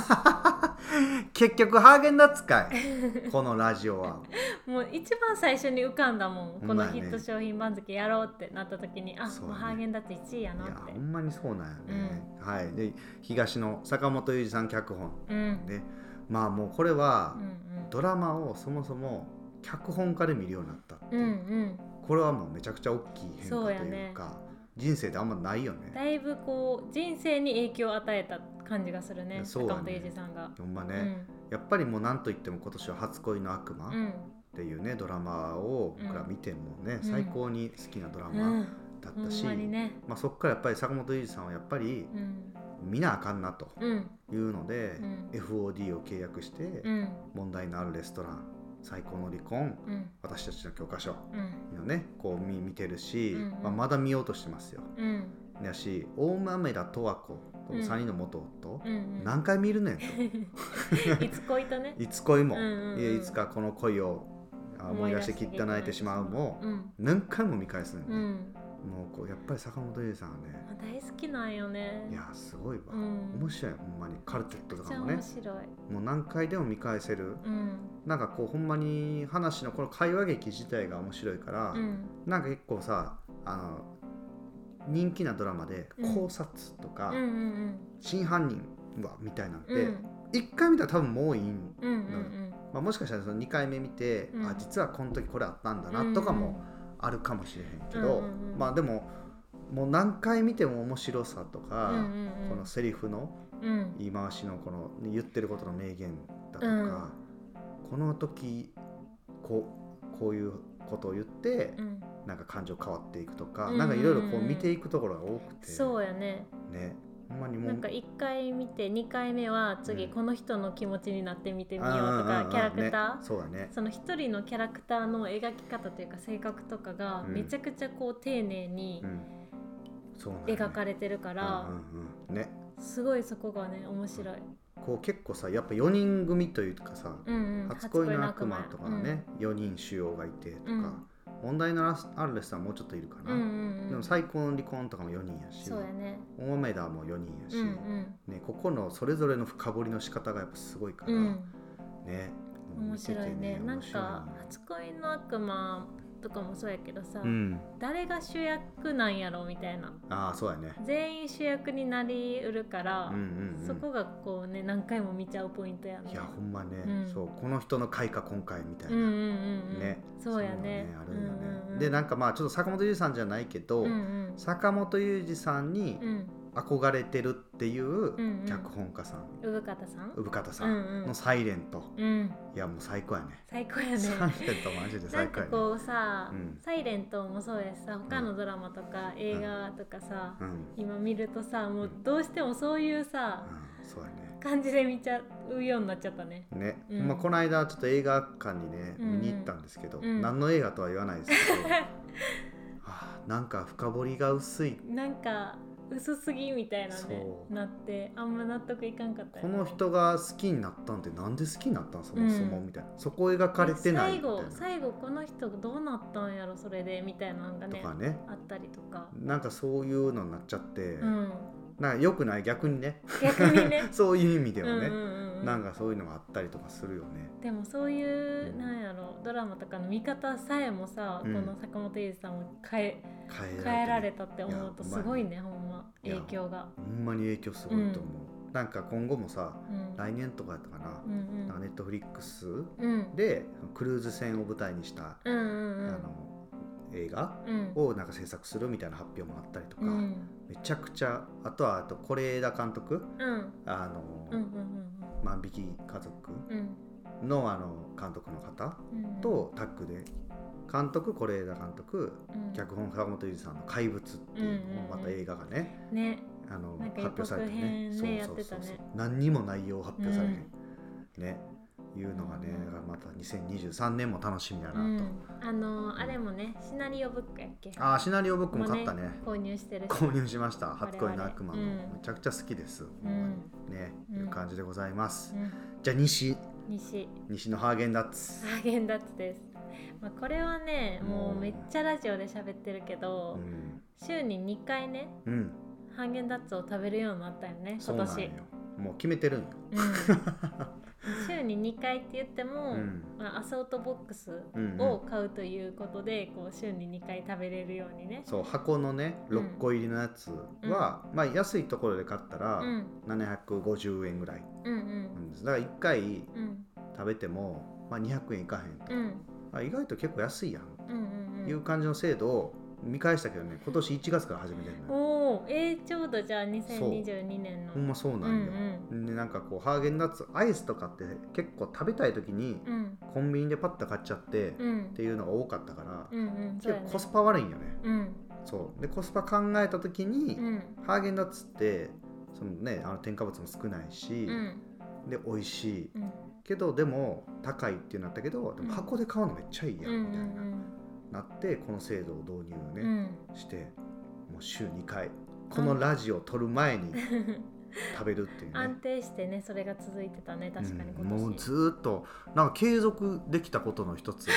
S2: 結局ハーゲンダッツか いこのラジオは
S1: もう一番最初に浮かんだもん
S2: ほ
S1: こ
S2: んま
S1: の
S2: やね
S1: ヒット商品番付やろうってなった時にあ、
S2: そう
S1: も
S2: ね
S1: うハーゲンダッツ1位や
S2: い
S1: なっ
S2: や
S1: て
S2: ほんまにそうなんやね、はいで東の坂本雄二さん脚本
S1: うんうん
S2: でまあもうこれは、
S1: うん
S2: ドラマをそもそも脚本家で見るようになったって
S1: う
S2: い
S1: ん
S2: う、
S1: うん
S2: これはもうめちゃくちゃ大きい変化
S1: そ
S2: と
S1: うや
S2: いう
S1: ね
S2: か人生であんまないよね
S1: だいぶこう人生に影響を与えた感じがするね
S2: そう
S1: 坂
S2: だね
S1: 本英二さんが。
S2: ほんま
S1: う
S2: ね、
S1: ん
S2: やっぱりもう何といっても今年は「初恋の悪魔」
S1: う
S2: っ
S1: ん
S2: ていうねドラマを僕ら見てもね、
S1: ん
S2: 最高に好きなドラ
S1: う
S2: マ
S1: ん
S2: だっ
S1: ほ
S2: た
S1: ん
S2: し、
S1: まにね。
S2: まあ、そこからやっぱり坂本龍二さんはやっぱり
S1: うん
S2: 見なあかんなと
S1: うん
S2: いうので、
S1: うん
S2: FOD を契約して、
S1: うん
S2: 問題のあるレストラン最高の離婚
S1: うん
S2: 私たちの教科書
S1: うん
S2: のねこう見見てるし、
S1: うんうん
S2: まあ、まだ見ようとしてますよ
S1: うん
S2: やし大豆田十和子と
S1: うん
S2: 3人の元夫、
S1: うん
S2: 何回見るねんと
S1: いつ恋と ね。
S2: いつ恋も、
S1: うんうんうん
S2: いやいつかこの恋をあ思い出してきった泣いてしまうも、
S1: うん
S2: 何回も見返すねん
S1: う
S2: ね、
S1: ん
S2: もうこうやっぱり坂本龍一さんはね
S1: まあ大好きなんよね。
S2: いやーすごいわ、
S1: うん
S2: 面白いほんまにカルテットと
S1: めっ
S2: か
S1: ちゃ
S2: もね
S1: 面白い。
S2: もう何回でも見返せる
S1: うん
S2: なんかこうほんまに話のこの会話劇自体が面白いから、
S1: うん
S2: なんか結構さあの人気なドラマで
S1: うん
S2: 考察とか、
S1: うんうん
S2: 真犯人はみたいなんて、
S1: うん
S2: 一回見たら多分もういいん、
S1: うんうんうん
S2: まあ、もしかしたらその2回目見て、
S1: うん
S2: あ実はこの時これあったんだ
S1: うん
S2: なとかもあるかもしれへんけど、
S1: うんうんうん
S2: まあでももう何回見ても面白さと
S1: う
S2: か、
S1: んうんうん
S2: このセリフの
S1: うん
S2: 言い回しのこの言ってることの名言だとか、
S1: うん
S2: この時こうこういうことを言って、
S1: うん
S2: なんか感情変わっていくとか、
S1: うんうんうん
S2: なんかいろいろこう見ていくところが多くて、
S1: そうやね。
S2: ねほんまにもう
S1: なんか1回見て2回目は次
S2: うん
S1: この人の気持ちになって見てみようと
S2: うんうんうん
S1: か
S2: うん
S1: キャラク
S2: ね
S1: タ
S2: そうだね
S1: ーその一人のキャラクターの描き方というか性格とかが
S2: うん
S1: めちゃくちゃこう丁寧に
S2: うん、そうなんやね
S1: 描かれてるから
S2: うんうんうんね
S1: すごいそこがね面白い。
S2: こう結構さやっぱ4人組というかさ「
S1: うんうん
S2: 初恋の悪魔」とかね、、4人主要がいてとか、
S1: うん
S2: 問題のあるレストランもうちょっといるか
S1: 初恋
S2: な、
S1: の悪魔うんうんうん、
S2: でも最高の離婚とかも4人やし
S1: そうやね。
S2: 大豆田も4人やし、
S1: うんうん
S2: ね、ここのそれぞれの深掘りの仕方がやっぱすごいから、
S1: うん、
S2: ね
S1: 面白いねなん
S2: 面白い
S1: か「初恋の悪魔」とかもそうやけどさ、
S2: うん
S1: 誰が主役なんやろみたいな
S2: ああそうやね
S1: 全員主役になりうるから、
S2: うんうん、うん、
S1: そこがこうね何回も見ちゃうポイントやね
S2: いやほんまね、
S1: うん
S2: そうこの人の開花今回みたい
S1: うん
S2: な、
S1: うんうんうん
S2: ね
S1: そうやね
S2: そうあるんだね、
S1: うんうんうん
S2: でなんかまあちょっと坂本龍二さんじゃないけど、
S1: うんうん
S2: 坂本龍二さんに
S1: うん
S2: 憧れてるってい
S1: んう
S2: うん脚本家さん
S1: 産方さん
S2: 生方さん
S1: うんう
S2: の「
S1: ん
S2: サイレント
S1: うん
S2: いやもう最高やね
S1: 最高やね
S2: サイレントマジで
S1: な
S2: 最
S1: ん
S2: 高
S1: か
S2: やね
S1: こうさ「
S2: うん
S1: サイレントもそうやしさ他のドラマとか映画とかさ、
S2: うん、
S1: 今見るとさもうどうしてもそういうさ、
S2: うん、そうやね
S1: 感じで見ちゃうようになっちゃったね
S2: ね、
S1: うん
S2: ほんまこの間ちょっと映画館にね
S1: うんう
S2: 見
S1: ん
S2: に行ったんですけど、
S1: うん
S2: 何の映画とは言わないですけ ど、はあ、なんか深掘りが薄い
S1: なんか薄すぎみたいなね
S2: そう
S1: なってあんま納得いかんかったよ
S2: こ
S1: ね
S2: の人が好きになったんってなんで好きになったんそもそも、
S1: うん
S2: みたいなそこ描かれてない
S1: 最
S2: みたい
S1: 後最後この人どうなったんやろそれでみたいなのが
S2: な
S1: ね
S2: とかね
S1: あったりとか
S2: なんかそういうのになっちゃって、
S1: うん
S2: なんか良くない逆にね
S1: 逆にね
S2: そういう意味ではね、
S1: うんうんうん、
S2: なんかそういうのがあったりとかするよね
S1: でもそういううんなんやろドラマとかの見方さえもさ、
S2: うん
S1: この坂本龍二さんも変え
S2: 変えられてね
S1: 変えられたって思うと
S2: いや
S1: すごいねほんま
S2: いや
S1: 影響が。
S2: ほんまに影響すごいと思う、なんか今後もさ
S1: うん
S2: 来年とかやったかな、
S1: うんうん
S2: なんかネットフリックス
S1: うん
S2: でクルーズ船を舞台にした、
S1: うんうんうん
S2: あの映画
S1: うん
S2: をなんか制作するみたいな発表もあったりとか、
S1: うん
S2: めちゃくちゃあとはあと是枝監督
S1: うん
S2: あの、
S1: うんうん
S2: 万引き家族
S1: うんうん
S2: のあの監督の方
S1: うん
S2: とタッグで監督是枝監督
S1: うん
S2: 脚本坂本龍二さんの「怪物」っていうのもまた映画がね、
S1: ね
S2: あの
S1: なんか
S2: 発表されてね
S1: 予告編ねやってたね
S2: 何にも内容発表されへん、ねいうのがねだからまた2023年も楽しみやな
S1: う
S2: と、
S1: んあのあれもねシナリオブックやっけ
S2: あーシナリオブックも買ったね
S1: 購入してるし
S2: 購入しました「
S1: 々
S2: 初恋の悪魔の」
S1: うん
S2: めちゃくちゃ好きです、ほ
S1: うん
S2: まに
S1: ん
S2: ね、
S1: うん
S2: いう感じでございます、
S1: うん
S2: じゃあ西
S1: 西
S2: 西のハーゲンダッツ、
S1: ハーゲンダッツです、まあ、これはねもうめっちゃラジオで喋ってるけど、
S2: うん
S1: 週に2回ね
S2: うん、
S1: ハーゲンダッツを食べるようになったよね
S2: そう
S1: 今
S2: なん
S1: 年
S2: よもう決めてるんよ、
S1: うん週に2回って言っても、
S2: うん
S1: まあ、アソートボックス
S2: うんうん
S1: を買うということで、こう週に2回食べれるようにね
S2: そう箱のね
S1: うん
S2: 6個入りのやつは、まあ安いところで買った
S1: う
S2: ら
S1: ん
S2: 750円ぐらい
S1: うん
S2: なんですだから1回
S1: うんうん
S2: 食べても、まあ、200円いかへんと、
S1: うん
S2: あ意外と結構安いやん、
S1: うんうんう
S2: いうん感じの制度を見返したけどね今年1月から始めてるのよ
S1: おおえー、ちょうどじゃあ
S2: そう
S1: 2022年の
S2: ほんまそうなんよ、
S1: うん
S2: でなんかこうハーゲンダッツアイスとかって結構食べたい時に
S1: うん
S2: コンビニでパッと買っちゃって、っ
S1: うん
S2: ていうのが多かったから、
S1: うんうんそう
S2: 結
S1: やね
S2: 構コスパ悪いんよね
S1: うん
S2: そうでコスパ考えた時に、
S1: うん
S2: ハーゲンダッツってそのねあの添加物も少ないし、
S1: うん
S2: で美味しい
S1: うん
S2: けどでも高いっていうのあったけどでも箱で買うのめっちゃいいや
S1: うんん
S2: みたいな、
S1: うん
S2: なってこの制度を導
S1: う
S2: 入ね、
S1: ん
S2: してもう週2回このラジオを撮る前に
S1: うん
S2: 食べるっ ていうね
S1: 安。定してねそれが続いてたね確かに
S2: うん
S1: 今年、
S2: もうずーっとなんか継続できたこと の一つ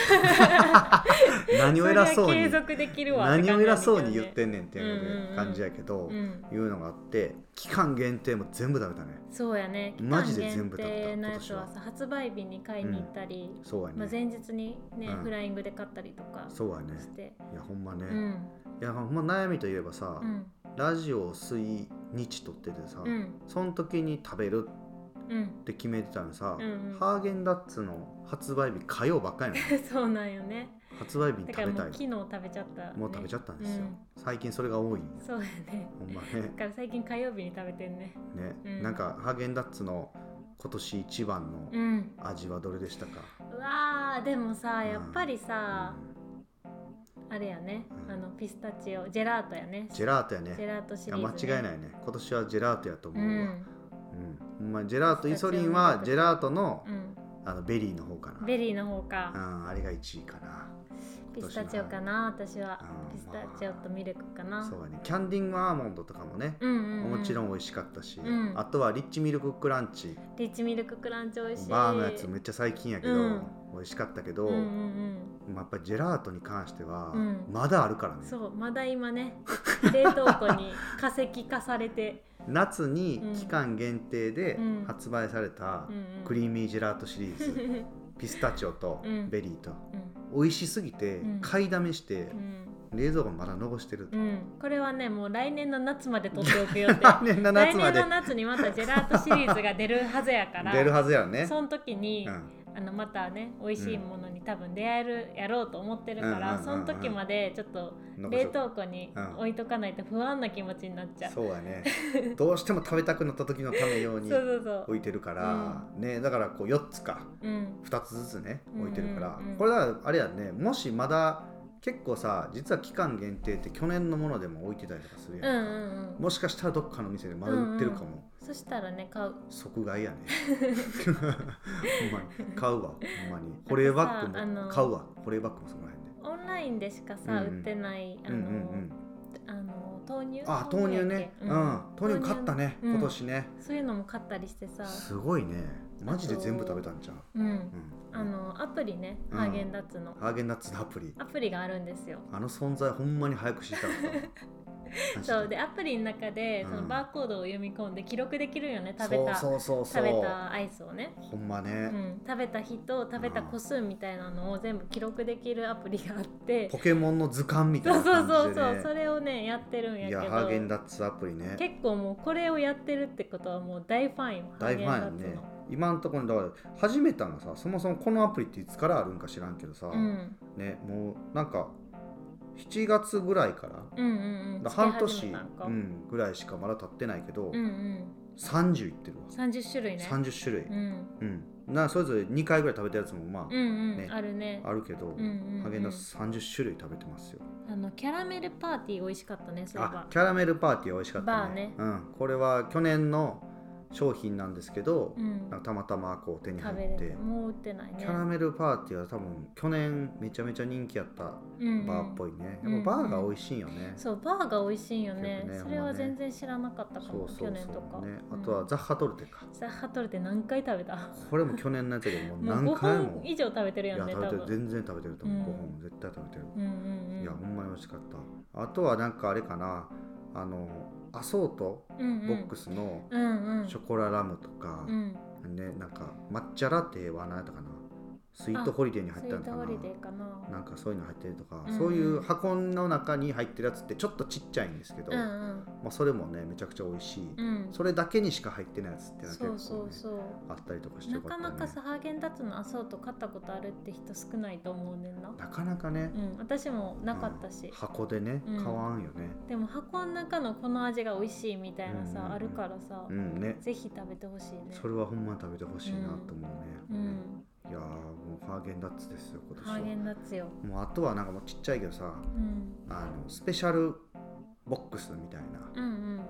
S2: 何を偉そうに
S1: れは継続できるわ
S2: 何を偉そうに言っ
S1: る、
S2: てんねんっていうね感じやけど、
S1: うん、
S2: いうのがあって期間限定も全部食べたね
S1: そうやね期
S2: マ
S1: 間
S2: ジで全
S1: 限
S2: 部食べた
S1: 定のやつはさ発売日に買いに行ったり、
S2: そうや
S1: まあ、
S2: ね
S1: 前日にね、
S2: うん
S1: フライングで買ったりとかし
S2: そうやね
S1: て、
S2: いやほんまね、
S1: う
S2: い
S1: ん
S2: やほんま悩みといえばさ、
S1: うん
S2: ラジオを水日撮っててさ、
S1: うん
S2: その時に食べる
S1: うん
S2: って決めてたのにさ、
S1: うんうん
S2: ハーゲンダッツの発売日火曜ばっかりなの
S1: そうなんよね
S2: 発売日に
S1: だから
S2: 食べ
S1: もう
S2: たい
S1: 昨日食べちゃった、ね、
S2: もう食べちゃ
S1: っ
S2: ったんですよ、最近それが多いんよ
S1: そうやね
S2: ほんま
S1: だ
S2: ね
S1: から最近火曜日に食べてんね
S2: ね、
S1: うん
S2: なんかハーゲンダッツの今年一番の
S1: うん
S2: 味はどれでしたか、
S1: うわーでもさやっぱりさ、
S2: う
S1: あれやね
S2: うん
S1: あのピスタチオジェラートやね
S2: んジ
S1: ジ
S2: ェラートやね
S1: ェラートシ
S2: い
S1: リ
S2: や
S1: ーズ、ね、
S2: 間違いないね今年はジェラートやと思
S1: う
S2: うわ、
S1: ん
S2: うんほんまジェラートイソリンはジェラートの,、
S1: うん
S2: あのベリーの方かな
S1: ベリーの方か、
S2: うん、あれが1位かな
S1: ピスタチオかな私は
S2: あー
S1: ピスタチオとミルクかな、
S2: そうだねキャンディングアーモンドとかもね、
S1: うんうんうん
S2: もちろん美味しかったし、
S1: うん
S2: あとはリッチミルククランチ
S1: リッチミルククランチ美味しい
S2: バーのやつめっちゃ最近やけど、
S1: うん
S2: 美味しかったけど、
S1: うんうん
S2: まあ、やっぱジェラートに関しては、
S1: うん
S2: まだあるから
S1: うん
S2: ね
S1: そうまだ今ね冷凍庫に化石化されて、
S2: 夏に期間限定で
S1: うん
S2: 発売された
S1: うんうん、
S2: クリーミージェラートシリーズ、
S1: ー
S2: ピスタチオと
S1: うん
S2: ベリーと、
S1: うん
S2: 美味しすぎて
S1: うん
S2: 買いだめして
S1: うん
S2: 冷蔵庫にまだ残してる、
S1: うん、これはねもう来年の夏まで取っておく予定
S2: 来年の 夏
S1: 来
S2: ま
S1: 年
S2: で
S1: の夏にまたジェラートシリーズが出るはずやから
S2: 出るはずやね
S1: その時に、
S2: うん
S1: あのまたね美味しいものに多分出会えるやろうと思ってるから、
S2: うんうんうん
S1: そ
S2: うん
S1: の時までちょっと
S2: 残し
S1: 冷
S2: とく
S1: 凍庫に
S2: うん
S1: 置いとかないと不安な気持ちになっちゃう。
S2: そうやねどうしても食べたくなった時のため用に
S1: そうそうそう
S2: 置いてるから、ねだからこう4つか
S1: うん。
S2: 2つずつね置いてるから、
S1: うんうんうん
S2: これだからあれやねもしまだ結構さ実は期間限定って去年のものでも置いてたりとかする
S1: うんう
S2: やんか、
S1: んうん。
S2: もしかしたらどっかの店でまだ売ってるかも、
S1: そしたらね買う。
S2: 即買い やねほんまに買うわほんまに保冷バッ
S1: あ
S2: グ
S1: の
S2: も買うわ保冷バッグもそこら辺で
S1: オンラインでしかさ、
S2: うんうん
S1: 売ってないあ
S2: う
S1: の、
S2: んうんうん
S1: あの豆乳。
S2: あ豆乳
S1: やっ
S2: ね
S1: け
S2: うん豆乳買ったね
S1: うん
S2: 今年ね
S1: そういうのも買ったりしてさ、
S2: すごいねマジで全部食べたんじゃん
S1: うん。
S2: うん
S1: あのアプリね、
S2: うん
S1: ハーゲンダッツの
S2: ハーゲンダッツのアプリ
S1: アプリがあるんですよ。
S2: あの存在ほんまに早く知りたかったわマ ジ
S1: そうでアプリの中で
S2: うん
S1: そのバーコードを読み込んで記録できるよね食べた
S2: そうそうそうそう
S1: 食べたアイスをね。
S2: ほんま
S1: う
S2: ね
S1: ん、食べた日と食べた個数みたいなのを全部記録できるアプリがあって
S2: ポケモンの図鑑みたい
S1: そう
S2: な
S1: そう
S2: 感
S1: そう
S2: じで
S1: そう
S2: ね
S1: それをねやってるんや
S2: い
S1: け
S2: や
S1: ど
S2: ハーゲンダッツアプリね
S1: 結構もうこれをやってるってことはもう大ファンよ
S2: 大ファンやね今のところだから始めたのさそもそもこのアプリっていつからあるんか知らんけどさ、
S1: ハーゲンダッツの
S2: ねもうなんか7月ぐらいから
S1: うんうんうん
S2: だから半
S1: つけ始
S2: 年
S1: めたんか
S2: うんぐらいしかまだ経ってないけど、
S1: うんうん
S2: 30いってるわ、
S1: 30種類ね
S2: 30種類
S1: う、ん
S2: うんなそれぞれ2回ぐらい食べたやつもま
S1: うんうん、
S2: ね
S1: あるね
S2: ああるけど、
S1: うんうんうん
S2: ハーゲンダッツ30種類食べてますよ
S1: あのキャラメルパーティー美味しかったねそういえ
S2: あ
S1: ば
S2: キャラメルパーティー美味しかった
S1: バー
S2: ね
S1: ね
S2: うん、これは去年の商品なんですけど、
S1: うん
S2: なんかたまたまこう手に入
S1: 食べ
S2: っ
S1: れ
S2: て
S1: るもう売ってないね
S2: キャラメルパーティーは多分去年めちゃめちゃ人気やったバーっぽ
S1: い、
S2: いね、
S1: うんうん
S2: やっぱバーが美味しいよね、
S1: うんそうバーが美味しいよね
S2: 結構ね
S1: それは全然知らなかったか
S2: そ
S1: も、
S2: うそ
S1: 去
S2: う
S1: 年と
S2: そ
S1: か、
S2: うねあとはザッハトルテか、
S1: さハトルって何回食べた
S2: これも去年のやつやけどもう
S1: もう
S2: 何
S1: 5
S2: 回
S1: 本
S2: も
S1: 以上食べてる
S2: い
S1: や
S2: や
S1: んね多
S2: 食べてる
S1: 分
S2: 全然食べてると思う、
S1: うん
S2: 5本絶対食べてる、
S1: うんうんうん
S2: いやほんまに美味しかったあとはなんかあれかなあのアソート
S1: うんうん
S2: ボックスの
S1: うんうん
S2: ショコララムとか、
S1: うん
S2: ねなんか抹茶ラテは何やったかなスイートホリデーに入っ
S1: スイ
S2: たの
S1: ー
S2: か
S1: ト
S2: な
S1: ホリデーかな
S2: なんかそういうの入ってるとか、
S1: うんうん
S2: そういう箱の中に入ってるやつってちょっとちっちゃいんですけど、
S1: うん
S2: まあ、それもねめちゃくちゃ美味しい、
S1: うんうん
S2: それだけにしか入ってないやつってのは結構、
S1: そ
S2: ね、
S1: うそうそう
S2: あったりとかして
S1: な
S2: よかっ
S1: か
S2: たよね
S1: なかさハーゲンダッツのアソート買ったことあるって人少ないと思うねんな
S2: なかなかね
S1: う、ん私もなかった
S2: うん
S1: し
S2: 箱でね
S1: うん
S2: 買わんよね、
S1: でも箱の中のこの味が美味しいみたいな
S2: うんうんう
S1: さ
S2: ん
S1: あるからさ
S2: うん、ね
S1: ぜひ食べてほしいね
S2: それはほんまに食べてほしいなと思うね、
S1: うん
S2: いやーもうハーゲンダッツですよ今
S1: ハーゲ
S2: 年は
S1: ンダッツよ
S2: もうあとはなんかもうちっちゃいけどさ
S1: うん
S2: あのスペシャルボックスみたいな
S1: うん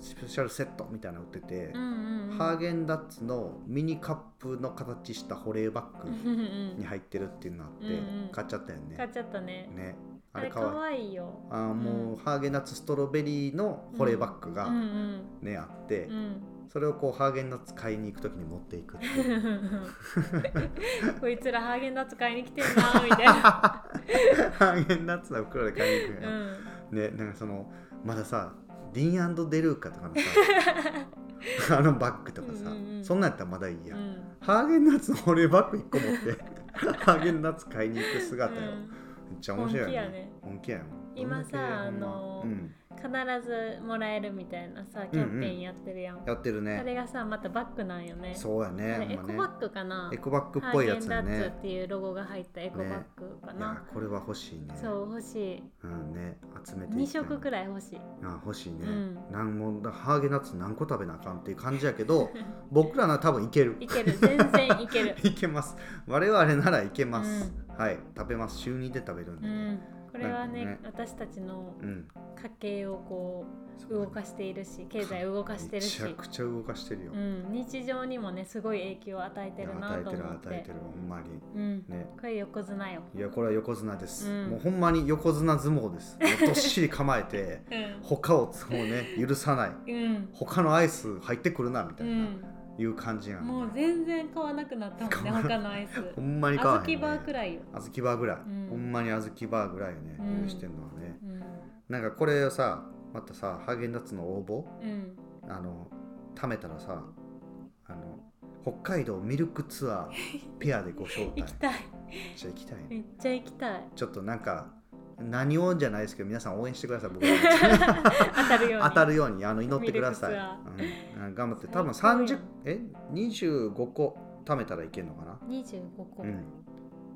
S2: スペシャルセットみたいなの売ってて
S1: うんう、んうん
S2: ハーゲンダッツのミニカップの形した保冷バッグ
S1: うんうん
S2: に入ってるっていうのあって、
S1: うんうん
S2: 買っちゃったよね
S1: 買っちゃったね
S2: ね
S1: あ
S2: あ
S1: れ
S2: れ
S1: か
S2: かわいい
S1: わいいよ
S2: あーもう、
S1: うん
S2: ハーゲンダッツストロベリーの保冷バッグ
S1: う
S2: が、
S1: ん
S2: ねあって、
S1: うんうん
S2: それをこうハーゲンダッツ買いに行く時に持っていくって いう
S1: こいつらハーゲンダッツ買いに来てるなーみたいな
S2: ハーゲンダッツの袋で 買いに行くん
S1: う
S2: や、
S1: ん
S2: ねなんかそのまださディーンデルーカとかの さあのバッグとか
S1: うん
S2: さ、
S1: うんうん
S2: そんなんやったらまだいいや、
S1: うん
S2: ハーゲンダッツの保冷バッグ1個持って ハーゲンダッツ買いに行く姿よ、
S1: うん
S2: めっちゃ面白いよね本気やね
S1: 今さあのー
S2: うん、
S1: 必ずもらえるみたいなさキャンペーンやってるやん、
S2: やってる
S1: それ
S2: ね
S1: がさまたバッグなんよね
S2: そうやね
S1: あれエ
S2: ほ
S1: コ
S2: んまね
S1: バッグかな
S2: エコバッグっぽいやつ
S1: ハ
S2: や
S1: ーゲンダッ
S2: ね
S1: ツっていうロゴが入ったエコバッグか
S2: いや
S1: な、
S2: これは欲しいね
S1: そう欲しい
S2: うんね集めて
S1: 2色く
S2: らい
S1: らい欲しい
S2: あ欲しいね、
S1: うん
S2: なんもだハーゲンダッツ何個食べなあかんっていう感じやけ ど僕らなら多分いける
S1: いける全然いけ る
S2: いけます我々ならいけます、はい食べます週2で食べるん
S1: う
S2: でね
S1: んこれはね
S2: なんかね
S1: 私たちの
S2: うん、
S1: 家計をこう動かしているし経済を動かしてるし
S2: めちゃくちゃ動かしてるよ、
S1: うん、日常にもねすごい影響を与えてるな
S2: 与え
S1: と
S2: てる
S1: 思っ
S2: 与
S1: て
S2: えてるほんまに
S1: うん、
S2: ね
S1: これ横綱よ、
S2: いやこれは横綱です、
S1: うん
S2: もうほんまに横綱相撲ですもうどっしり構えて
S1: うん
S2: 他をもうね許さない
S1: うん
S2: 他のアイス入ってくるなみた
S1: う
S2: いな、
S1: ん、
S2: いう感じなんで
S1: もう全然買わなくなったもんね
S2: 買わな
S1: 他のアイス
S2: ほんまに買わ
S1: 小
S2: へん、ね、
S1: 豆バーくらいよ、
S2: 小豆バーぐらい、
S1: うん
S2: ほんまに小豆バーぐらいね
S1: うん
S2: 許してんのはね、
S1: うん
S2: なんかこれをさまたさハーゲンダッツの応募
S1: うん、
S2: あの貯めたらさあの北海道ミルクツアーペアでご招 待
S1: 行きたい
S2: じゃあ行きたいね
S1: めっちゃ行きたい
S2: ちょっとなんか何をじゃないですけど皆さん応援してくださ い僕
S1: 当
S2: ら
S1: たるように
S2: 当たるようにあの祈ってください、
S1: ミルク
S2: うん、頑張って多分
S1: 最高やん
S2: 30え25個貯めたらいけるのかな
S1: 25個、
S2: うん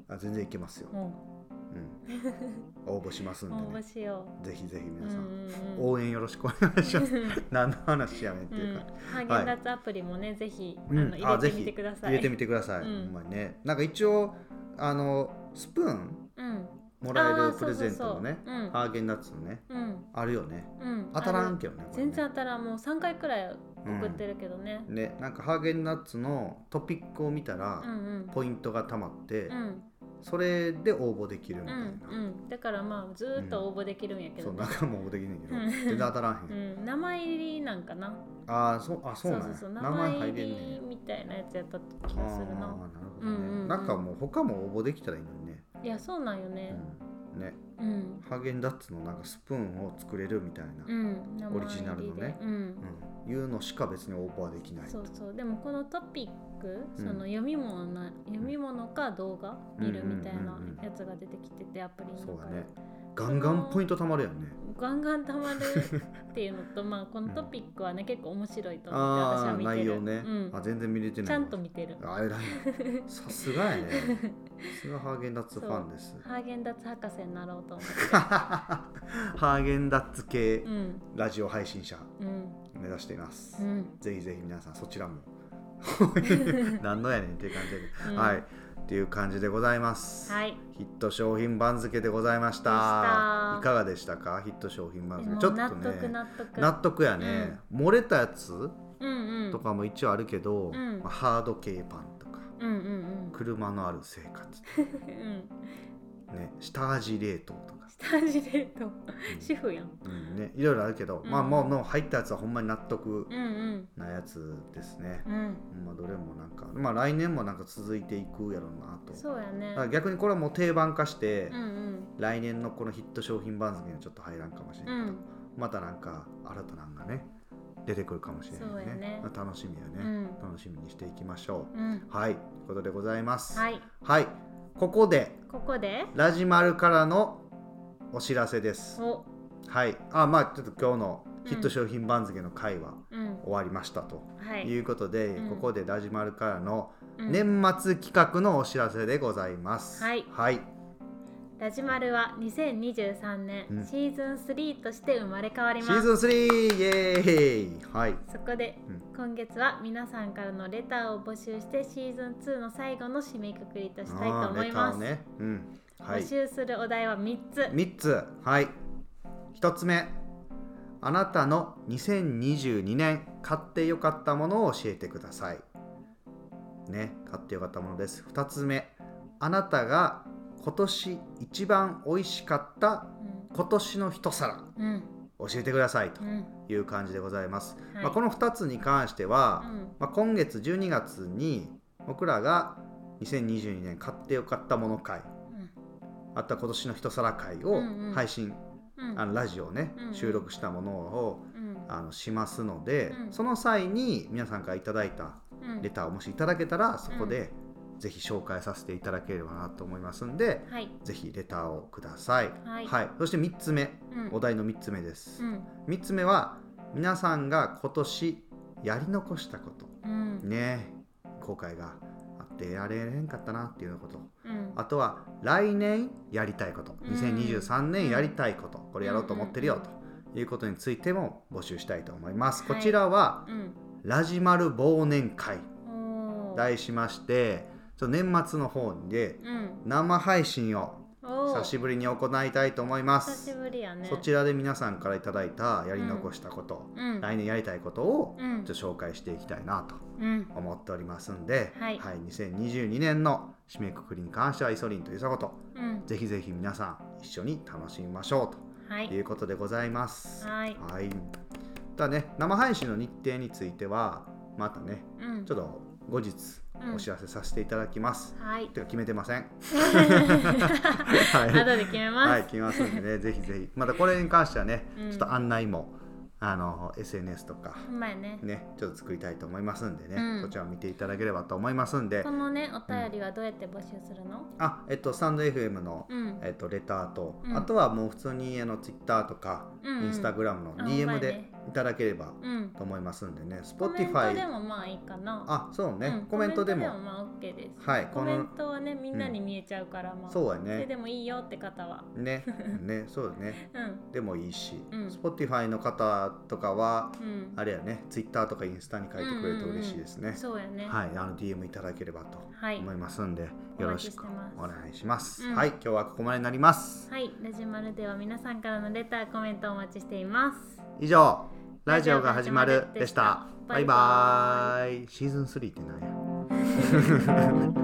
S2: あ全然いけますよ、
S1: も
S2: うん、応募します
S1: うん
S2: で
S1: 応募
S2: ね
S1: しよ
S2: ぜひぜひ
S1: う
S2: 皆さん、
S1: うんうんうん
S2: 応援よろしくお願いし ます何の話やねんって
S1: う
S2: い
S1: ん
S2: うか、
S1: ハーゲンダッツアプリもね、ぜひあ
S2: うん
S1: の
S2: あ
S1: 入れ
S2: ぜ
S1: て
S2: ひ
S1: みてください。
S2: 入れてみてくだ
S1: う
S2: さい、
S1: ん
S2: ほんまにねなんか一応あのスプーン
S1: うん、
S2: もらえ
S1: あー
S2: るプレゼントのね
S1: そうそうそう
S2: ハーゲンダッツのね
S1: うん、うん、
S2: あるよね
S1: うん、
S2: 当たら
S1: あ
S2: ん
S1: の
S2: けどねこれ
S1: 全
S2: ね
S1: 然当たらん、もう3回くらい送ってるけどね。
S2: ねなんかハーゲンダッツのトピックを見たら、
S1: うん、うん、
S2: ポイントがたまって、
S1: うん、
S2: それで応募できるみ
S1: う
S2: たいな、
S1: ん、うん、だからまあずーっと応募できるんやけ
S2: そ
S1: ど、
S2: う
S1: ね
S2: 仲間応募できないけど、
S1: うん
S2: 全然当たらんへん、
S1: うん、名前入りなんかな。
S2: ああそうあそうなんや
S1: そうそうそう
S2: 名
S1: 名
S2: 前
S1: 前
S2: 入
S1: 入
S2: れんね
S1: り
S2: ん
S1: みたいなやつやった気
S2: あ
S1: が
S2: あ
S1: す
S2: ー
S1: る
S2: なる
S1: な
S2: ほど
S1: う
S2: ね、
S1: んうんうん
S2: なんかもう他も応募できたらいいのにね、
S1: いやそうなんよね
S2: うん、ね
S1: うん
S2: ハーゲンダッツのなんかスプーンを作れるみたいな、
S1: う
S2: うん
S1: ん、名前入りで
S2: オリジナルのね
S1: うん、
S2: いうのしか別に応募はできない
S1: そうそうでもこのトピック
S2: う
S1: そ
S2: ん
S1: の読み物な読み物か動画見るみたいな
S2: うんうんうんうん
S1: やつが出てきててアプリの
S2: そう
S1: 中
S2: だ
S1: で
S2: ねガンガンポイント貯まるやんね
S1: ガガンガンたまるっていうのとまあこのトピックはね結構面白いと思って私は
S2: ああ
S1: 見てる
S2: 内容ね、
S1: うん
S2: あ全然見れてない
S1: ちゃんと見てる
S2: あ偉いなさすがやねさすがハーゲンダッツファンです
S1: ハーゲンダッツ博士になろうと思って
S2: ハーゲンダッツ系
S1: うん
S2: ラジオ配信者
S1: うん
S2: 目指しています、
S1: うん
S2: ぜひぜひ皆さんそちらも何のやねんっていう感じで、
S1: うん
S2: はいっていう感じでございます、
S1: はい
S2: ヒット商品番付でございました
S1: でした
S2: いかがでしたかヒット商品番
S1: も
S2: 付
S1: う
S2: ちょっ
S1: 納
S2: と
S1: 得
S2: ね
S1: 納得
S2: 納得やね、漏れたやつ
S1: うんうん
S2: とかも一応あるけど、
S1: うん
S2: まあ、ハード系パンとか
S1: うんうん
S2: 車のある生活
S1: うんうん
S2: ね下味冷凍とか、
S1: 下味冷凍主婦やん
S2: うんね、いろいろあるけど、
S1: うん
S2: まあもうもう入ったやつはほんまに納得
S1: うんうん
S2: なやつですね、
S1: うん
S2: まあどれもなんかまあ来年もなんか続いていくやろうなと
S1: そうやね
S2: だから逆にこれはもう定番化して、
S1: うんうん
S2: 来年のこのヒット商品番付にはちょっと入らんかもしれ
S1: う
S2: ない、
S1: ん
S2: またなんか新たなんがね出てくるかもしれ
S1: そう
S2: ない
S1: や
S2: ね
S1: ね
S2: まあ楽しみやね、
S1: うん
S2: 楽しみにしていきましょう、
S1: うん
S2: はいということでございます
S1: はい
S2: はい、ここで
S1: ここで
S2: ラジマルからのお知らせです
S1: お
S2: はい、あまあちょっと今日のヒット商品番付の会は
S1: うん
S2: 終わりましたと
S1: はいいう
S2: ことで、
S1: うん
S2: ここでラジマルからの
S1: うん
S2: 年末企画のお知らせでございます。
S1: はい
S2: はい、
S1: ラジマルは2023
S2: う
S1: 年
S2: ん
S1: シーズン3として生まれ変わり
S2: シ
S1: ま
S2: ー
S1: す
S2: ズン3イエーイはい、
S1: そこで
S2: うん
S1: 今月は皆さんからのレターを募集してシーズン2の最後の締めくくりとしたいと
S2: あー
S1: 思い
S2: レター
S1: ます、
S2: ね、うん、はい
S1: 募。集するお題は3つ
S2: 三つ、はい。一つ目、あなたの2022年買ってよかったものを教えてください。ね、買ってよかったものです。二つ目、あなたが今年一番美味しかった今年の一皿
S1: うんうん
S2: 教えてくださいと
S1: うん
S2: いう感じでございます。
S1: はい
S2: まあ、この2つに関しては、
S1: うん
S2: まあ、今月12月に僕らが2022年買ってよかったもの会あった今年の一皿会を
S1: うんうん
S2: 配信、
S1: うんうん
S2: あのラジオね、
S1: うんうん
S2: 収録したものを
S1: うん
S2: あのしますので、
S1: うん
S2: その際に皆さんからいただいた
S1: うん
S2: レターをもしいただけたらそこでぜひ紹介させていただければなと思いますんで、
S1: はい
S2: ぜひレターをください、
S1: はい
S2: そして3つ目、
S1: うん
S2: お題の3つ目です、
S1: うん
S2: 3つ目は皆さんが今年やり残したこと
S1: うん
S2: ねえ後悔があってやれれんかったなっていうようなこと
S1: うん
S2: あとは来年やりたいこと
S1: うん
S2: 2023年やりたいことこれやろうと思ってるよ
S1: うん
S2: ということについても募集したいと思います
S1: はい
S2: こちらは
S1: うん
S2: ラジマル忘年会
S1: おー
S2: 題しましてちょっと年末の方で
S1: うん
S2: 生配信を
S1: おー
S2: 久しぶりに行いたいと思いま
S1: 久し
S2: す
S1: ぶりやね
S2: そちらで皆さんからいただいたやり残したこと、
S1: うん
S2: 来年やりたいことを
S1: うん
S2: ちょっと紹介していきたいなと
S1: うん
S2: 思っておりますんで、
S1: はい
S2: 2022年の締めくくりに関してはイソリンというさこと
S1: うん
S2: ぜひぜひ皆さん一緒に楽しみましょ
S1: は
S2: うと
S1: い
S2: いうことでございます。
S1: はい
S2: いただね生配信の日程についてはまたね
S1: うん
S2: ちょっと後日
S1: うん
S2: お知らせさせていただきます。
S1: はい
S2: てか決めて ません。 はい
S1: 後で決めます
S2: はい、決めますんでね、ぜひぜひ、またこれに関してはね、
S1: うん
S2: ちょっと案内も、あの SNS とか、
S1: ほんまやね
S2: ね、ちょっと作りたいと思いますんでね、
S1: うん
S2: そちらを見ていただければと思いますんで
S1: こ、のねお便りはどうやって募集するの
S2: あ、えっと、スタンド FM の、
S1: うん
S2: えっと、レターと、
S1: うん
S2: あとはもう普通にあの Twitter とか、
S1: うんうん
S2: インスタグラムの
S1: あほんま
S2: DM
S1: や
S2: で
S1: ね
S2: いただければ
S1: うん
S2: と思いますんでね、
S1: コメントで
S2: Spotify、
S1: もまあいいかな
S2: あ、そうね、
S1: うん
S2: コメントでも、
S1: コメントでもまあ OK です
S2: はい、
S1: コ
S2: こ
S1: メ
S2: の
S1: ン、トはねみんなに見えちゃうからまあ
S2: そうや
S1: それ
S2: ね、
S1: でもいいよって方は
S2: ね、ね、そうだね、
S1: うん
S2: でもいいし、
S1: うん
S2: Spotify の方とかは、
S1: うん
S2: あれやね、ツイッターとかインスタに書いてくれると嬉しいですね。
S1: そうやね
S2: はい、あの DM いただければと
S1: はい
S2: 思いますんで、
S1: お
S2: よろ
S1: 待ち
S2: し
S1: して
S2: く
S1: ます
S2: お願いします。
S1: うん
S2: はい、今日はここまでになります。
S1: はいラジマルでは皆さんからのレターコメントお待ちしています
S2: 以上、ラジオが始ま
S1: ラジオ
S2: る
S1: が始まる
S2: でした。
S1: バ
S2: バ
S1: イ
S2: イ
S1: バ
S2: バイ。シーズン3って何や